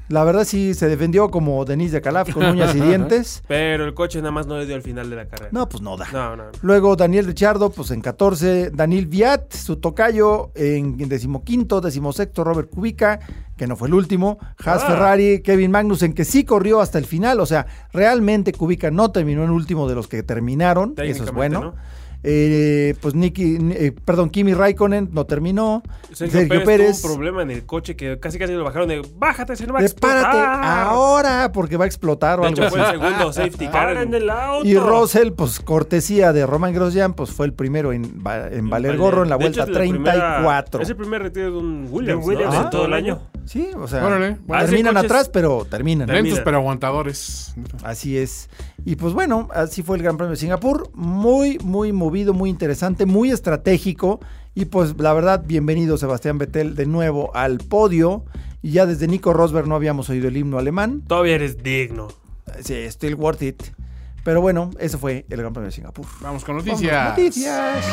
[SPEAKER 1] La verdad sí se defendió como Denise de Calaf con uñas y dientes.
[SPEAKER 3] Pero el coche nada más no le dio al final de la carrera.
[SPEAKER 1] No, pues no da.
[SPEAKER 3] no, no. no.
[SPEAKER 1] Luego Daniel Richardo, pues en 14, Daniel Viat, su tocayo, en decimoquinto, decimosexto, Robert Kubica, que no fue el último, Haas
[SPEAKER 3] Ah.
[SPEAKER 1] Ferrari, Kevin Magnussen, que sí corrió hasta el final, o sea, realmente Kubica no terminó en último de los que terminaron, eso es
[SPEAKER 3] Técnicamente,
[SPEAKER 1] bueno.
[SPEAKER 3] ¿no?
[SPEAKER 1] Eh, pues Nicky, eh, perdón, Kimi Raikkonen no terminó,
[SPEAKER 3] Sergio, Pérez, tuvo un problema en el coche que casi casi lo bajaron de bájate, se le va a
[SPEAKER 1] prepárate
[SPEAKER 3] explotar".
[SPEAKER 1] ahora porque va a explotar o
[SPEAKER 3] De
[SPEAKER 1] algo
[SPEAKER 3] hecho,
[SPEAKER 1] así.
[SPEAKER 3] fue el segundo safety car.
[SPEAKER 4] Paren el auto.
[SPEAKER 1] Y Russell, pues cortesía de Roman Grosjean, pues fue el primero en, va- en valer gorro en la
[SPEAKER 3] De hecho,
[SPEAKER 1] vuelta
[SPEAKER 3] es la primera-
[SPEAKER 1] 34.
[SPEAKER 3] es el primer retiro de un Williams,
[SPEAKER 4] Williams
[SPEAKER 3] ¿no?
[SPEAKER 1] en
[SPEAKER 3] Ah.
[SPEAKER 4] todo el año.
[SPEAKER 1] Sí, o sea,
[SPEAKER 2] Órale.
[SPEAKER 3] Ah, sí,
[SPEAKER 1] terminan
[SPEAKER 3] coches-
[SPEAKER 1] atrás, pero terminan.
[SPEAKER 3] Termina.
[SPEAKER 2] Lentos pero aguantadores.
[SPEAKER 1] Así es. Y pues bueno, así fue el Gran Premio de Singapur. Muy, muy movido, muy interesante, muy estratégico. Y pues la verdad, bienvenido Sebastián Vettel de nuevo al podio. Y ya desde Nico Rosberg no habíamos oído el himno alemán.
[SPEAKER 3] Todavía eres digno.
[SPEAKER 1] Sí, still worth it. Pero bueno, eso fue el Gran Premio de Singapur.
[SPEAKER 2] Vamos con
[SPEAKER 1] Vamos,
[SPEAKER 2] noticias.
[SPEAKER 1] Noticias.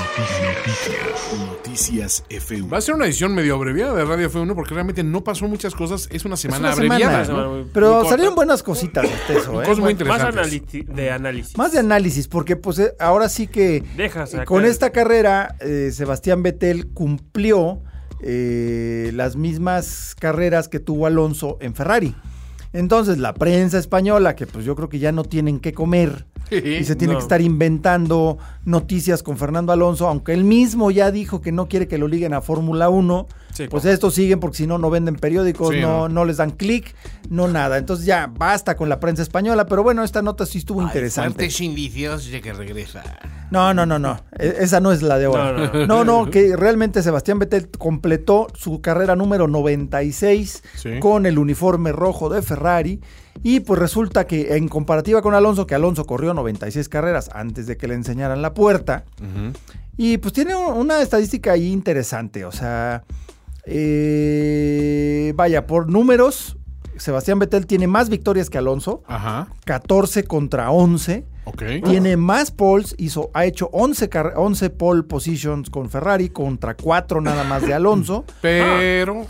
[SPEAKER 5] Noticias F1.
[SPEAKER 2] Va a ser una edición medio abreviada de Radio F1 porque realmente no pasó muchas cosas. Es una semana
[SPEAKER 1] una
[SPEAKER 2] abreviada.
[SPEAKER 1] semana,
[SPEAKER 2] ¿no?
[SPEAKER 3] ¿no?
[SPEAKER 1] Pero
[SPEAKER 2] corta.
[SPEAKER 1] salieron buenas cositas de eso, ¿eh?
[SPEAKER 2] Cosas
[SPEAKER 3] Más
[SPEAKER 2] muy interesantes.
[SPEAKER 3] analiti- de análisis.
[SPEAKER 1] Más de análisis, porque pues eh, ahora sí que
[SPEAKER 3] Dejas
[SPEAKER 1] eh,
[SPEAKER 3] acá
[SPEAKER 1] con
[SPEAKER 3] el-
[SPEAKER 1] esta carrera eh, Sebastián Vettel cumplió eh, las mismas carreras que tuvo Alonso en Ferrari. Entonces la prensa española, que pues yo creo que ya no tienen qué comer y se tiene
[SPEAKER 3] no.
[SPEAKER 1] que estar inventando noticias con Fernando Alonso, aunque él mismo ya dijo que no quiere que lo liguen a Fórmula 1,
[SPEAKER 3] Sí,
[SPEAKER 1] pues estos siguen porque si no, no venden periódicos,
[SPEAKER 2] Sí,
[SPEAKER 1] no,
[SPEAKER 2] no.
[SPEAKER 1] no les dan clic, no nada. Entonces ya basta con la prensa española, pero bueno, esta nota sí estuvo interesante.
[SPEAKER 2] indicios de que regresa.
[SPEAKER 1] No, no, no, no. E- Esa no es la de ahora. No,
[SPEAKER 3] No,
[SPEAKER 1] no, que realmente Sebastián Vettel completó su carrera número 96
[SPEAKER 2] Sí.
[SPEAKER 1] con el uniforme rojo de Ferrari. Y pues resulta que en comparativa con Alonso, que Alonso corrió 96 carreras antes de que le enseñaran la puerta. Y pues tiene un- una estadística ahí interesante. O sea, eh, vaya, por números, Sebastián Vettel tiene más victorias que Alonso.
[SPEAKER 2] Ajá.
[SPEAKER 1] 14 contra 11.
[SPEAKER 2] Ok.
[SPEAKER 1] Tiene más poles, hizo, ha hecho 11, car- 11 pole positions con Ferrari contra 4 nada más de Alonso.
[SPEAKER 2] Pero.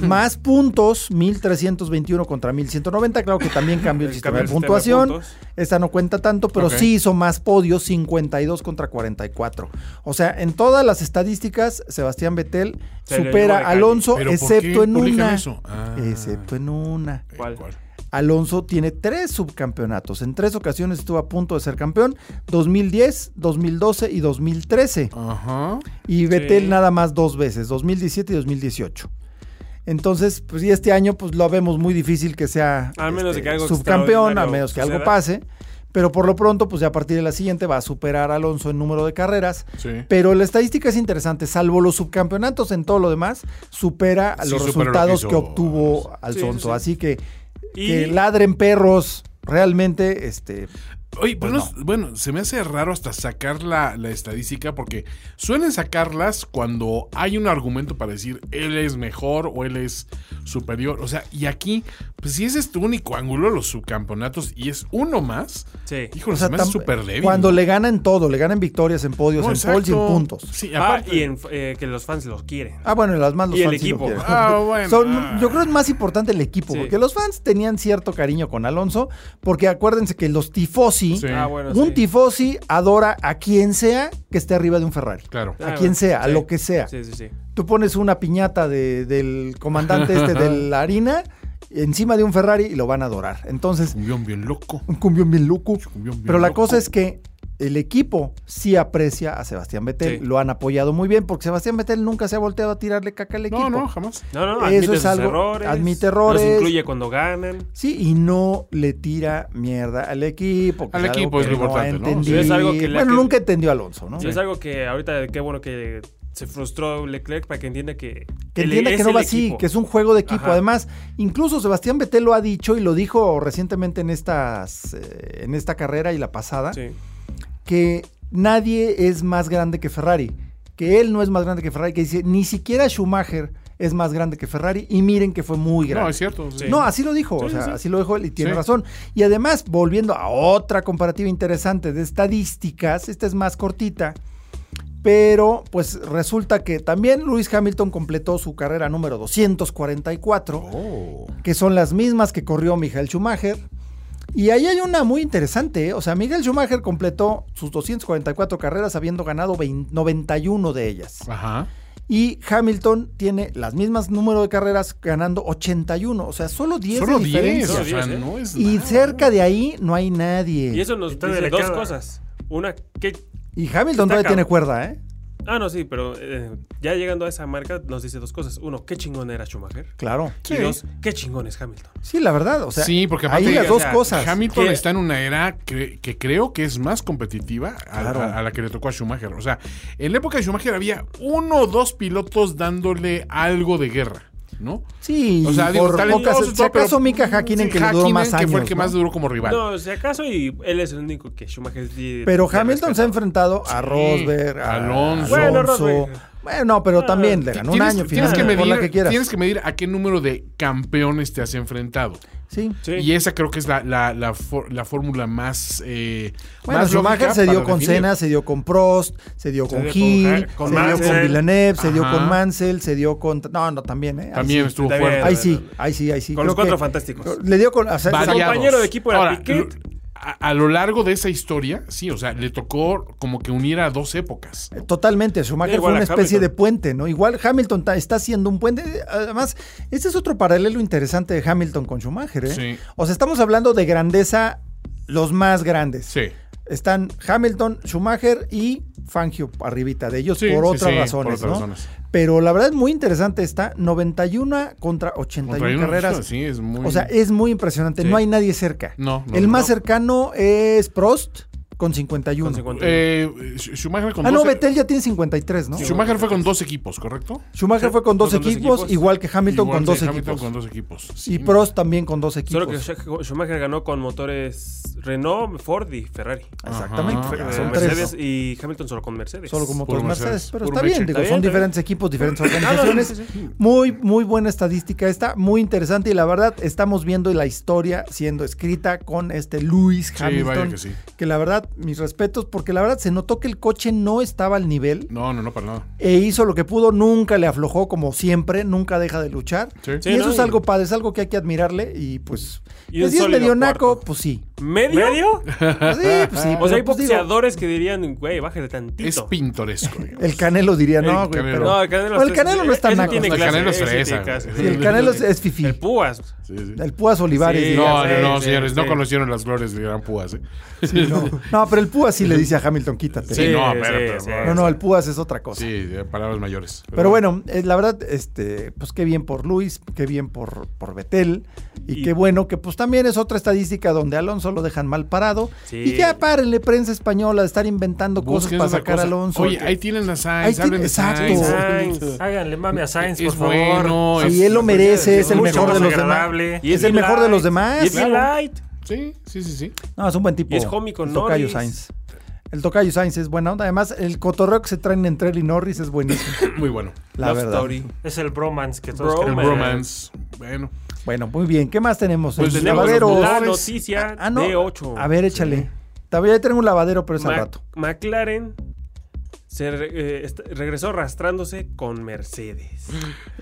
[SPEAKER 1] más puntos, 1321 contra 1190. Claro que también cambió el sistema de
[SPEAKER 3] cambió el sistema de
[SPEAKER 1] puntuación.
[SPEAKER 3] puntos.
[SPEAKER 1] Esta no cuenta tanto, pero
[SPEAKER 2] Ok.
[SPEAKER 1] sí hizo más podios, 52 contra 44. O sea, en todas las estadísticas, Sebastián Vettel
[SPEAKER 3] Se le llevó de
[SPEAKER 1] supera a
[SPEAKER 3] calle.
[SPEAKER 1] Alonso,
[SPEAKER 2] ¿Pero por
[SPEAKER 1] excepto
[SPEAKER 2] qué
[SPEAKER 1] en
[SPEAKER 2] publican
[SPEAKER 1] una.
[SPEAKER 2] eso? Ah.
[SPEAKER 1] Excepto en una.
[SPEAKER 3] ¿Cuál?
[SPEAKER 1] Alonso tiene tres subcampeonatos. En tres ocasiones estuvo a punto de ser campeón: 2010, 2012 y 2013.
[SPEAKER 2] Ajá.
[SPEAKER 1] Y Vettel
[SPEAKER 3] Sí.
[SPEAKER 1] nada más dos veces: 2017 y 2018. Entonces, pues y este año pues lo vemos muy difícil que sea este,
[SPEAKER 3] Al menos de que algo
[SPEAKER 1] subcampeón, a
[SPEAKER 3] extraordinario
[SPEAKER 1] menos que algo
[SPEAKER 3] suceda.
[SPEAKER 1] pase. Pero por lo pronto, pues ya a partir de la siguiente va a superar a Alonso en número de carreras.
[SPEAKER 2] Sí.
[SPEAKER 1] Pero la estadística es interesante, salvo los subcampeonatos en todo lo demás, supera a
[SPEAKER 2] Sí,
[SPEAKER 1] los
[SPEAKER 2] supera lo que
[SPEAKER 1] resultados
[SPEAKER 2] hizo
[SPEAKER 1] que, obtuvo Alonso.
[SPEAKER 3] sí, sí.
[SPEAKER 1] Así que
[SPEAKER 3] Y-
[SPEAKER 1] que ladren perros, realmente, este,
[SPEAKER 2] Oye, pero no- bueno, se me hace raro hasta sacar la, la estadística porque suelen sacarlas cuando hay un argumento para decir él es mejor o él es superior. O sea, y aquí, pues si ese es tu único ángulo, los subcampeonatos, y es uno más,
[SPEAKER 3] Sí.
[SPEAKER 2] híjole,
[SPEAKER 1] o sea,
[SPEAKER 2] se me hace
[SPEAKER 1] tam-
[SPEAKER 2] súper débil.
[SPEAKER 1] cuando
[SPEAKER 2] ¿no?
[SPEAKER 1] le ganan todo, le ganan victorias en podios,
[SPEAKER 2] No,
[SPEAKER 1] en poles y en
[SPEAKER 2] exacto.
[SPEAKER 1] puntos.
[SPEAKER 2] Sí,
[SPEAKER 3] Ah,
[SPEAKER 2] aparte-
[SPEAKER 3] y en- eh, que los fans los quieren.
[SPEAKER 1] Ah, bueno, y las más los
[SPEAKER 3] Y el
[SPEAKER 1] fans sí lo
[SPEAKER 3] equipo.
[SPEAKER 1] quieren.
[SPEAKER 2] Ah, bueno.
[SPEAKER 1] Son- yo creo es más importante el equipo,
[SPEAKER 3] Sí.
[SPEAKER 1] porque los fans tenían cierto cariño con Alonso, porque acuérdense que los tifosi,
[SPEAKER 2] Sí.
[SPEAKER 3] Ah, bueno,
[SPEAKER 1] un
[SPEAKER 3] sí.
[SPEAKER 1] tifosi adora a quien sea que esté arriba de un Ferrari.
[SPEAKER 2] Claro.
[SPEAKER 3] Ah,
[SPEAKER 1] A quien
[SPEAKER 3] bueno,
[SPEAKER 1] sea, a
[SPEAKER 3] sí.
[SPEAKER 1] lo que sea.
[SPEAKER 3] Sí, sí, sí.
[SPEAKER 1] Tú pones una piñata de- del comandante este de la harina encima de un Ferrari y lo van a adorar. Entonces,
[SPEAKER 2] Cumbión bien loco.
[SPEAKER 1] un cumbión bien loco.
[SPEAKER 2] cumbión bien
[SPEAKER 1] Pero la
[SPEAKER 2] loco.
[SPEAKER 1] cosa es que el equipo sí aprecia a Sebastián Vettel.
[SPEAKER 3] Sí.
[SPEAKER 1] Lo han apoyado muy bien porque Sebastián Vettel nunca se ha volteado a tirarle caca al equipo.
[SPEAKER 2] No, no, jamás.
[SPEAKER 3] No, no,
[SPEAKER 1] Eso
[SPEAKER 3] admite
[SPEAKER 1] es
[SPEAKER 3] sus
[SPEAKER 1] algo-
[SPEAKER 3] errores.
[SPEAKER 1] admite errores.
[SPEAKER 3] Los incluye cuando ganan.
[SPEAKER 1] Sí, y no le tira mierda al equipo. que
[SPEAKER 2] Al
[SPEAKER 1] algo
[SPEAKER 2] equipo es
[SPEAKER 1] que
[SPEAKER 2] lo
[SPEAKER 1] no ha
[SPEAKER 2] importante, ¿no?
[SPEAKER 1] entendido.
[SPEAKER 3] Sí, es algo que le-
[SPEAKER 1] bueno,
[SPEAKER 3] que-
[SPEAKER 1] nunca entendió Alonso, ¿no?
[SPEAKER 3] Sí, Es algo que ahorita, qué bueno que se frustró Leclerc para que entienda que.
[SPEAKER 1] Que
[SPEAKER 3] el-
[SPEAKER 1] entienda
[SPEAKER 3] es
[SPEAKER 1] que no
[SPEAKER 3] el
[SPEAKER 1] va así,
[SPEAKER 3] equipo.
[SPEAKER 1] que es un juego de equipo.
[SPEAKER 3] Ajá.
[SPEAKER 1] Además, incluso Sebastián Vettel lo ha dicho y lo dijo recientemente en, estas, eh, en esta carrera y la pasada,
[SPEAKER 3] Sí.
[SPEAKER 1] que nadie es más grande que Ferrari, que él no es más grande que Ferrari, que dice, ni siquiera Schumacher es más grande que Ferrari y miren que fue muy grande.
[SPEAKER 2] No, es cierto. sí.
[SPEAKER 1] No, así lo dijo, o sea, así lo dijo él y tiene razón. Y además, volviendo a otra comparativa interesante de estadísticas, esta es más cortita, pero pues resulta que también Lewis Hamilton completó su carrera número 244,
[SPEAKER 2] Oh.
[SPEAKER 1] que son las mismas que corrió Michael Schumacher. Y ahí hay una muy interesante, ¿eh? o sea, Michael Schumacher completó sus 244 carreras habiendo ganado 20 91 de ellas.
[SPEAKER 2] Ajá.
[SPEAKER 1] Y Hamilton tiene las mismas número de carreras ganando 81. O sea, solo 10
[SPEAKER 2] Solo
[SPEAKER 1] de
[SPEAKER 2] 10.
[SPEAKER 1] diferencia.
[SPEAKER 2] O
[SPEAKER 3] Solo 10,
[SPEAKER 2] sea,
[SPEAKER 3] ¿eh?
[SPEAKER 2] no es
[SPEAKER 1] Y
[SPEAKER 2] nada.
[SPEAKER 1] cerca de ahí no hay nadie.
[SPEAKER 3] Y eso nos
[SPEAKER 4] Está
[SPEAKER 3] dice
[SPEAKER 4] delicado.
[SPEAKER 3] dos cosas. Una, que.
[SPEAKER 1] Y Hamilton todavía
[SPEAKER 3] Está
[SPEAKER 1] tiene
[SPEAKER 3] cabrón.
[SPEAKER 1] cuerda, ¿eh?
[SPEAKER 3] Ah, no, sí, pero eh, ya llegando a esa marca nos dice dos cosas. Uno, qué chingón era Schumacher.
[SPEAKER 1] Claro.
[SPEAKER 3] Y dos, qué chingón es Hamilton.
[SPEAKER 1] Sí, la verdad. O sea,
[SPEAKER 2] Sí, porque
[SPEAKER 1] ahí
[SPEAKER 2] aparte-
[SPEAKER 1] las dos
[SPEAKER 3] o sea,
[SPEAKER 1] cosas.
[SPEAKER 2] Hamilton
[SPEAKER 3] que-
[SPEAKER 2] está en una era que, que creo que es más competitiva a,
[SPEAKER 1] Claro.
[SPEAKER 2] a- a la que le tocó a Schumacher. O sea, en la época de Schumacher había uno o dos pilotos dándole algo de guerra. ¿no?
[SPEAKER 1] Sí,
[SPEAKER 2] O sea, digo,
[SPEAKER 1] por
[SPEAKER 2] talentoso,
[SPEAKER 1] pocas-
[SPEAKER 2] y
[SPEAKER 1] si
[SPEAKER 2] todo, pero-
[SPEAKER 1] acaso Mika Hakkinen,
[SPEAKER 2] Sí,
[SPEAKER 1] que le duró más
[SPEAKER 2] Hakkinen, que fue el
[SPEAKER 1] años,
[SPEAKER 2] que
[SPEAKER 1] ¿no?
[SPEAKER 2] más duró como rival.
[SPEAKER 3] No, si acaso, y él es el único que Schumacher sí-
[SPEAKER 1] Pero
[SPEAKER 3] le
[SPEAKER 1] Hamilton se ha
[SPEAKER 3] respeta.
[SPEAKER 1] enfrentado a Rosberg, a
[SPEAKER 2] Alonso.
[SPEAKER 1] Alonso.
[SPEAKER 3] Bueno,
[SPEAKER 1] Bueno,
[SPEAKER 3] Rosberg.
[SPEAKER 1] pero también le ganó un
[SPEAKER 2] Tienes-
[SPEAKER 1] año
[SPEAKER 2] tienes,
[SPEAKER 1] finalmente,
[SPEAKER 2] que
[SPEAKER 1] por la que
[SPEAKER 2] medir,
[SPEAKER 1] quieras.
[SPEAKER 2] tienes que medir a qué número de campeones te has enfrentado.
[SPEAKER 1] Sí.
[SPEAKER 3] Sí.
[SPEAKER 2] Y esa creo que es la, la, la, for- la fórmula más. Eh,
[SPEAKER 1] Bueno,
[SPEAKER 2] más
[SPEAKER 1] Schumacher
[SPEAKER 2] lógica
[SPEAKER 1] se dio
[SPEAKER 2] para
[SPEAKER 1] con
[SPEAKER 2] definir.
[SPEAKER 1] Senna, se dio con Prost, se dio con
[SPEAKER 4] dio con
[SPEAKER 1] Hill,
[SPEAKER 4] Har- con
[SPEAKER 1] se dio
[SPEAKER 4] Mansell.
[SPEAKER 1] con Villeneuve, se dio
[SPEAKER 2] Ajá.
[SPEAKER 1] con Mansell, se dio con... No, no, también, ¿eh? Ahí
[SPEAKER 2] También
[SPEAKER 1] sí.
[SPEAKER 2] estuvo
[SPEAKER 3] Está
[SPEAKER 2] fuerte.
[SPEAKER 3] bien.
[SPEAKER 1] Ahí sí, ahí sí, ahí sí.
[SPEAKER 3] Con los cuatro fantásticos.
[SPEAKER 1] Le dio con... o sea,
[SPEAKER 2] Variados.
[SPEAKER 3] compañero de equipo era
[SPEAKER 2] Ahora,
[SPEAKER 3] Piquet.
[SPEAKER 2] lo- A, a lo largo de esa historia, sí, o sea, le tocó como que unir a dos épocas.
[SPEAKER 1] Totalmente, Schumacher fue
[SPEAKER 3] Igual a
[SPEAKER 1] una especie
[SPEAKER 3] Hamilton.
[SPEAKER 1] de puente, ¿no? Igual Hamilton ta- está siendo un puente. Además, este es otro paralelo interesante de Hamilton con Schumacher, ¿eh?
[SPEAKER 2] Sí.
[SPEAKER 1] O sea, estamos hablando de grandeza los más grandes.
[SPEAKER 2] Sí.
[SPEAKER 1] Están Hamilton, Schumacher y Fangio arribita de ellos
[SPEAKER 2] Sí,
[SPEAKER 1] por
[SPEAKER 2] sí,
[SPEAKER 1] otras
[SPEAKER 2] sí,
[SPEAKER 1] razones,
[SPEAKER 2] por otras
[SPEAKER 1] ¿no?
[SPEAKER 2] razones.
[SPEAKER 1] Pero la verdad es muy interesante esta 91 contra 81
[SPEAKER 2] Contra uno,
[SPEAKER 1] carreras.
[SPEAKER 2] Sí, es muy.
[SPEAKER 1] O sea, es muy impresionante,
[SPEAKER 2] Sí.
[SPEAKER 1] no hay nadie cerca.
[SPEAKER 2] No, no,
[SPEAKER 1] El
[SPEAKER 2] no.
[SPEAKER 1] más cercano es Prost con 51.
[SPEAKER 3] Con 51.
[SPEAKER 2] Eh, Sch- Schumacher con
[SPEAKER 1] Ah, no,
[SPEAKER 2] dos- e-
[SPEAKER 1] Betel ya tiene 53, ¿no?
[SPEAKER 2] Schumacher fue con dos equipos, ¿correcto?
[SPEAKER 1] Schumacher fue con dos
[SPEAKER 3] Fue con dos
[SPEAKER 1] equipos,
[SPEAKER 3] equipos.
[SPEAKER 1] igual que Hamilton
[SPEAKER 2] Igual,
[SPEAKER 1] con dos
[SPEAKER 2] sí, Hamilton
[SPEAKER 1] equipos.
[SPEAKER 2] con dos equipos.
[SPEAKER 1] Y
[SPEAKER 2] Sí.
[SPEAKER 1] Prost también con dos equipos.
[SPEAKER 3] Solo que Schumacher Schumacher ganó con motores Renault, Ford y Ferrari.
[SPEAKER 1] Exactamente.
[SPEAKER 2] Ajá.
[SPEAKER 1] Ah, Son
[SPEAKER 3] Eh,
[SPEAKER 1] tres.
[SPEAKER 3] Mercedes y Hamilton solo con Mercedes.
[SPEAKER 1] Solo como
[SPEAKER 2] Puro
[SPEAKER 1] todos Mercedes,
[SPEAKER 2] Mercedes,
[SPEAKER 1] pero
[SPEAKER 2] puro
[SPEAKER 1] está bien,
[SPEAKER 2] Mercedes.
[SPEAKER 1] digo,
[SPEAKER 3] Está
[SPEAKER 1] son
[SPEAKER 3] bien, está
[SPEAKER 1] diferentes equipos, diferentes organizaciones. Muy, muy buena estadística esta, muy interesante y la verdad estamos viendo la historia siendo escrita con este Lewis
[SPEAKER 2] Sí,
[SPEAKER 1] Hamilton.
[SPEAKER 2] vaya que sí.
[SPEAKER 1] que la verdad, mis respetos, porque la verdad se notó que el coche no estaba al nivel
[SPEAKER 2] No, no, no, para nada.
[SPEAKER 1] e hizo lo que pudo, nunca le aflojó como siempre, nunca deja de luchar.
[SPEAKER 2] Sí.
[SPEAKER 3] Sí,
[SPEAKER 1] y eso
[SPEAKER 3] ¿no?
[SPEAKER 1] es algo padre, es algo que hay que admirarle y pues...
[SPEAKER 3] Y
[SPEAKER 1] que
[SPEAKER 3] un
[SPEAKER 1] si es
[SPEAKER 3] sólido
[SPEAKER 1] medio naco,
[SPEAKER 3] cuarto.
[SPEAKER 1] pues sí.
[SPEAKER 3] ¿Medio?
[SPEAKER 1] Pues sí, pues sí,
[SPEAKER 3] O sea, hay
[SPEAKER 1] pero, pues, digo,
[SPEAKER 3] boxeadores que dirían, güey, bájale tantito.
[SPEAKER 2] Es pintoresco. digamos.
[SPEAKER 1] el Canelo diría,
[SPEAKER 2] El
[SPEAKER 1] no, güey,
[SPEAKER 2] Canelo.
[SPEAKER 1] pero...
[SPEAKER 3] no, el Canelo,
[SPEAKER 1] o el Canelo no es tan
[SPEAKER 3] ese
[SPEAKER 1] naco.
[SPEAKER 3] tiene
[SPEAKER 2] El
[SPEAKER 3] clase,
[SPEAKER 2] Canelo es
[SPEAKER 3] ese tiene
[SPEAKER 2] fresa,
[SPEAKER 3] clase.
[SPEAKER 2] güey.
[SPEAKER 1] Sí, el Canelo es, es fifí.
[SPEAKER 3] El Púas.
[SPEAKER 2] Sí, sí.
[SPEAKER 1] El Púas Olivares.
[SPEAKER 3] Sí,
[SPEAKER 1] diría.
[SPEAKER 2] No,
[SPEAKER 3] ya sé,
[SPEAKER 2] no,
[SPEAKER 3] sí,
[SPEAKER 2] señores, no
[SPEAKER 3] sí.
[SPEAKER 2] conocieron las glorias de Gran Púas. ¿eh?
[SPEAKER 1] no. No, pero el Púas sí le dice a Hamilton, quítate.
[SPEAKER 2] Sí, no,
[SPEAKER 3] sí,
[SPEAKER 2] pero.
[SPEAKER 3] sí.
[SPEAKER 1] no, no, el Púas es otra cosa.
[SPEAKER 2] Sí, de palabras mayores.
[SPEAKER 1] Pero bueno, eh, la verdad, este, pues qué bien por Luis, qué bien por, por Betel, y,
[SPEAKER 3] Y-
[SPEAKER 1] qué bueno que pues también es otra estadística donde a Alonso lo dejan mal parado.
[SPEAKER 3] Sí.
[SPEAKER 1] Y ya párenle prensa española de estar inventando cosas
[SPEAKER 2] Busquen esa
[SPEAKER 1] para sacar
[SPEAKER 2] cosa.
[SPEAKER 1] a Alonso.
[SPEAKER 2] Oye, ahí tienen a
[SPEAKER 1] Ahí
[SPEAKER 2] Sainz.
[SPEAKER 1] ti-
[SPEAKER 2] hablen de
[SPEAKER 1] exacto.
[SPEAKER 2] Sainz.
[SPEAKER 4] Sainz, háganle mami a Sainz,
[SPEAKER 2] Es
[SPEAKER 4] por favor.
[SPEAKER 2] bueno,
[SPEAKER 1] Sí,
[SPEAKER 2] es-
[SPEAKER 1] él lo merece, es el
[SPEAKER 4] mucho
[SPEAKER 1] mejor de
[SPEAKER 4] más
[SPEAKER 1] los demás.
[SPEAKER 4] agradable.
[SPEAKER 3] Y
[SPEAKER 1] Es el
[SPEAKER 3] bien
[SPEAKER 1] mejor de los
[SPEAKER 3] light.
[SPEAKER 1] demás.
[SPEAKER 3] Y es bien
[SPEAKER 1] Claro.
[SPEAKER 3] light.
[SPEAKER 2] Sí, sí, sí, sí.
[SPEAKER 1] No, es un buen tipo.
[SPEAKER 3] Y es homie con
[SPEAKER 1] el tocayo
[SPEAKER 3] Norris.
[SPEAKER 1] Sainz. El tocayo Sainz es buena onda. Además, el cotorreo que se traen entre él y Norris es buenísimo.
[SPEAKER 2] Muy bueno.
[SPEAKER 1] La
[SPEAKER 3] Love
[SPEAKER 1] verdad.
[SPEAKER 3] Story.
[SPEAKER 4] Es el bromance que todos
[SPEAKER 2] El
[SPEAKER 3] Bromance.
[SPEAKER 4] queremos.
[SPEAKER 2] romance. Bueno.
[SPEAKER 1] Bueno, muy bien. ¿Qué más tenemos?
[SPEAKER 2] Pues
[SPEAKER 1] Los
[SPEAKER 3] Tenemos
[SPEAKER 2] Lavaderos.
[SPEAKER 3] la
[SPEAKER 2] Lavaderos.
[SPEAKER 3] noticia
[SPEAKER 1] Ah, no.
[SPEAKER 3] de 8.
[SPEAKER 1] A ver, échale. Todavía tengo un lavadero, pero es al rato.
[SPEAKER 3] McLaren se re- eh, est- regresó arrastrándose con Mercedes.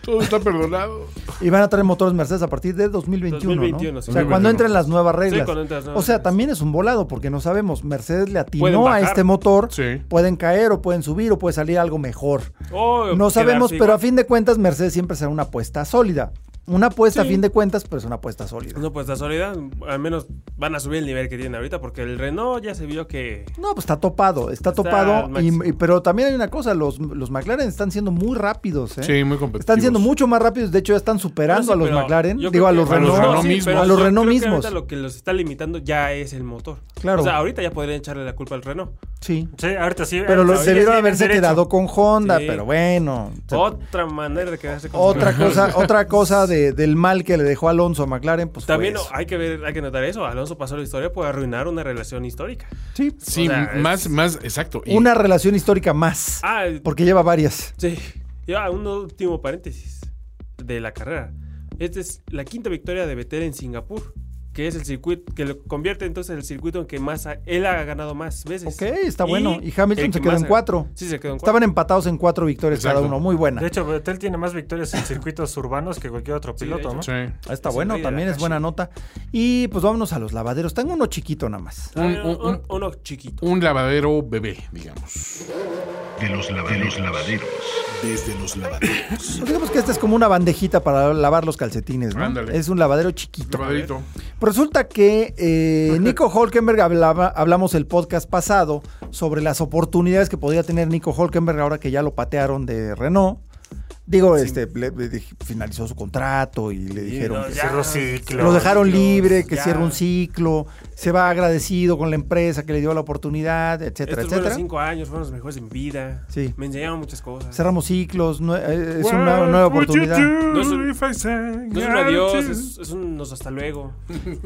[SPEAKER 2] Todo está perdonado.
[SPEAKER 1] Y van a traer motores Mercedes a partir de 2021.
[SPEAKER 3] 2021,
[SPEAKER 1] ¿no?
[SPEAKER 3] sí.
[SPEAKER 1] O sea, cuando entren las nuevas reglas.
[SPEAKER 3] Sí, cuando entren las nuevas
[SPEAKER 1] o sea,
[SPEAKER 3] reglas.
[SPEAKER 1] también es un volado, porque no sabemos. Mercedes le
[SPEAKER 3] Pueden
[SPEAKER 1] atinó a
[SPEAKER 3] bajar.
[SPEAKER 1] este motor.
[SPEAKER 2] Sí.
[SPEAKER 1] Pueden caer o pueden subir o puede salir algo mejor.
[SPEAKER 3] O
[SPEAKER 1] No
[SPEAKER 3] quedarse
[SPEAKER 1] sabemos,
[SPEAKER 3] igual.
[SPEAKER 1] pero a fin de cuentas, Mercedes siempre será una apuesta sólida. Una apuesta a
[SPEAKER 3] Sí.
[SPEAKER 1] fin de cuentas, pero es una apuesta sólida.
[SPEAKER 3] No, pues la sólida, al menos van a subir el nivel que tienen ahorita, porque el Renault ya se vio que.
[SPEAKER 1] No, pues está topado, está,
[SPEAKER 3] Está al
[SPEAKER 1] topado. y-
[SPEAKER 3] máximo.
[SPEAKER 1] y- pero también hay una cosa, los, los McLaren están siendo muy rápidos. ¿eh?
[SPEAKER 2] Sí, muy competitivos.
[SPEAKER 1] Están siendo mucho más rápidos, de hecho ya están superando
[SPEAKER 3] Bueno, sí,
[SPEAKER 1] a los
[SPEAKER 3] pero
[SPEAKER 1] McLaren,
[SPEAKER 3] yo
[SPEAKER 1] digo
[SPEAKER 3] creo
[SPEAKER 1] a
[SPEAKER 3] que-
[SPEAKER 1] los Renault.
[SPEAKER 2] Renault
[SPEAKER 3] sí,
[SPEAKER 2] mismos.
[SPEAKER 3] pero
[SPEAKER 1] A los
[SPEAKER 3] yo
[SPEAKER 1] Renault
[SPEAKER 3] creo que ahorita
[SPEAKER 1] mismos.
[SPEAKER 3] lo que los está limitando ya es el motor.
[SPEAKER 1] Claro.
[SPEAKER 3] O sea, ahorita ya podrían echarle la culpa al Renault.
[SPEAKER 1] Sí.
[SPEAKER 4] Sí, ahorita sí.
[SPEAKER 1] Pero los
[SPEAKER 4] ahorita
[SPEAKER 1] debieron
[SPEAKER 4] tienen
[SPEAKER 1] haberse
[SPEAKER 4] derecho.
[SPEAKER 1] quedado con Honda,
[SPEAKER 3] Sí.
[SPEAKER 1] pero bueno.
[SPEAKER 3] Otra manera de quedarse con
[SPEAKER 1] Otra
[SPEAKER 3] su-
[SPEAKER 1] cosa, otra cosa de- del mal que le dejó Alonso a McLaren, pues fue
[SPEAKER 3] También
[SPEAKER 1] eso.
[SPEAKER 3] hay que ver, hay que notar eso. Alonso pasó la historia por arruinar una relación histórica.
[SPEAKER 1] Sí,
[SPEAKER 2] Sí,
[SPEAKER 3] O sea, es-
[SPEAKER 2] más, más, exacto. Y-
[SPEAKER 1] una relación histórica más,
[SPEAKER 3] Ah,
[SPEAKER 1] porque lleva varias.
[SPEAKER 3] sí. Ya, un último paréntesis de la carrera. Esta es la quinta victoria de Vettel en Singapur, que es el circuito que lo convierte entonces en el circuito en que más ha- él ha ganado más veces.
[SPEAKER 1] Ok, está bueno. Y Hamilton
[SPEAKER 3] el
[SPEAKER 1] se
[SPEAKER 3] que
[SPEAKER 1] quedó
[SPEAKER 3] más
[SPEAKER 1] en
[SPEAKER 3] ha-
[SPEAKER 1] cuatro.
[SPEAKER 3] Sí, se quedó en cuatro.
[SPEAKER 1] Estaban empatados en cuatro victorias cada
[SPEAKER 2] Exacto.
[SPEAKER 1] uno, muy buena.
[SPEAKER 4] De hecho, Vettel tiene más victorias en circuitos urbanos que cualquier otro piloto, ¿no?
[SPEAKER 3] hecho.
[SPEAKER 2] Sí.
[SPEAKER 1] Ah, Está
[SPEAKER 3] es el
[SPEAKER 1] bueno,
[SPEAKER 3] rey de
[SPEAKER 1] también
[SPEAKER 3] Pues la
[SPEAKER 1] es buena
[SPEAKER 3] calle.
[SPEAKER 1] nota. Y pues vámonos a los lavaderos. Tengo uno chiquito nada más.
[SPEAKER 2] Un,
[SPEAKER 3] Ah,
[SPEAKER 2] un-
[SPEAKER 3] un-
[SPEAKER 2] un-
[SPEAKER 3] uno chiquito.
[SPEAKER 2] un lavadero bebé, digamos.
[SPEAKER 7] De los lavaderos.
[SPEAKER 5] Desde los lavaderos.
[SPEAKER 1] Pues digamos que esta es como una bandejita para lavar los calcetines, ¿no?
[SPEAKER 2] Ándale.
[SPEAKER 1] Es un lavadero chiquito. Pues
[SPEAKER 2] Lavadito.
[SPEAKER 1] Resulta que eh, Nico Holkenberg hablaba- hablamos el podcast pasado sobre las oportunidades que podría tener Nico Holkenberg ahora que ya lo patearon de Renault. Digo, este, le- le dij- finalizó su contrato y le dijeron
[SPEAKER 3] no,
[SPEAKER 1] que
[SPEAKER 3] ya,
[SPEAKER 4] Cerró ciclo.
[SPEAKER 1] lo dejaron
[SPEAKER 3] ciclos,
[SPEAKER 1] libre, que
[SPEAKER 3] ya.
[SPEAKER 1] cierra un ciclo, se va agradecido con la empresa que le dio la oportunidad, etcétera,
[SPEAKER 3] Estos fueron
[SPEAKER 1] etcétera.
[SPEAKER 3] los cinco años, fueron los mejores de mi vida.
[SPEAKER 1] Sí.
[SPEAKER 3] Me enseñaron muchas cosas.
[SPEAKER 1] Cerramos ciclos, nue- eh, es una nueva oportunidad.
[SPEAKER 3] No
[SPEAKER 2] No
[SPEAKER 3] es
[SPEAKER 2] es
[SPEAKER 3] un- No es un adiós, es, es un nos hasta luego.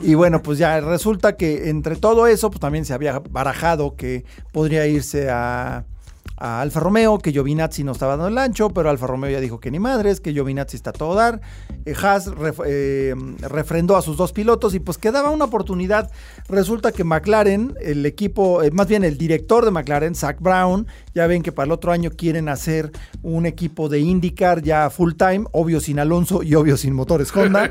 [SPEAKER 1] Y bueno, pues ya resulta que entre todo eso, pues también se había barajado que podría irse a, a Alfa Romeo, que Giovinazzi no estaba dando el ancho, pero Alfa Romeo ya dijo que ni madres, que Giovinazzi está a todo dar. Eh, Haas ref- eh, refrendó a sus dos pilotos y pues quedaba una oportunidad. Resulta que McLaren, el equipo, eh, más bien el director de McLaren, Zach Brown, ya ven que para el otro año quieren hacer un equipo de IndyCar ya full time, obvio sin Alonso y obvio sin motores Honda.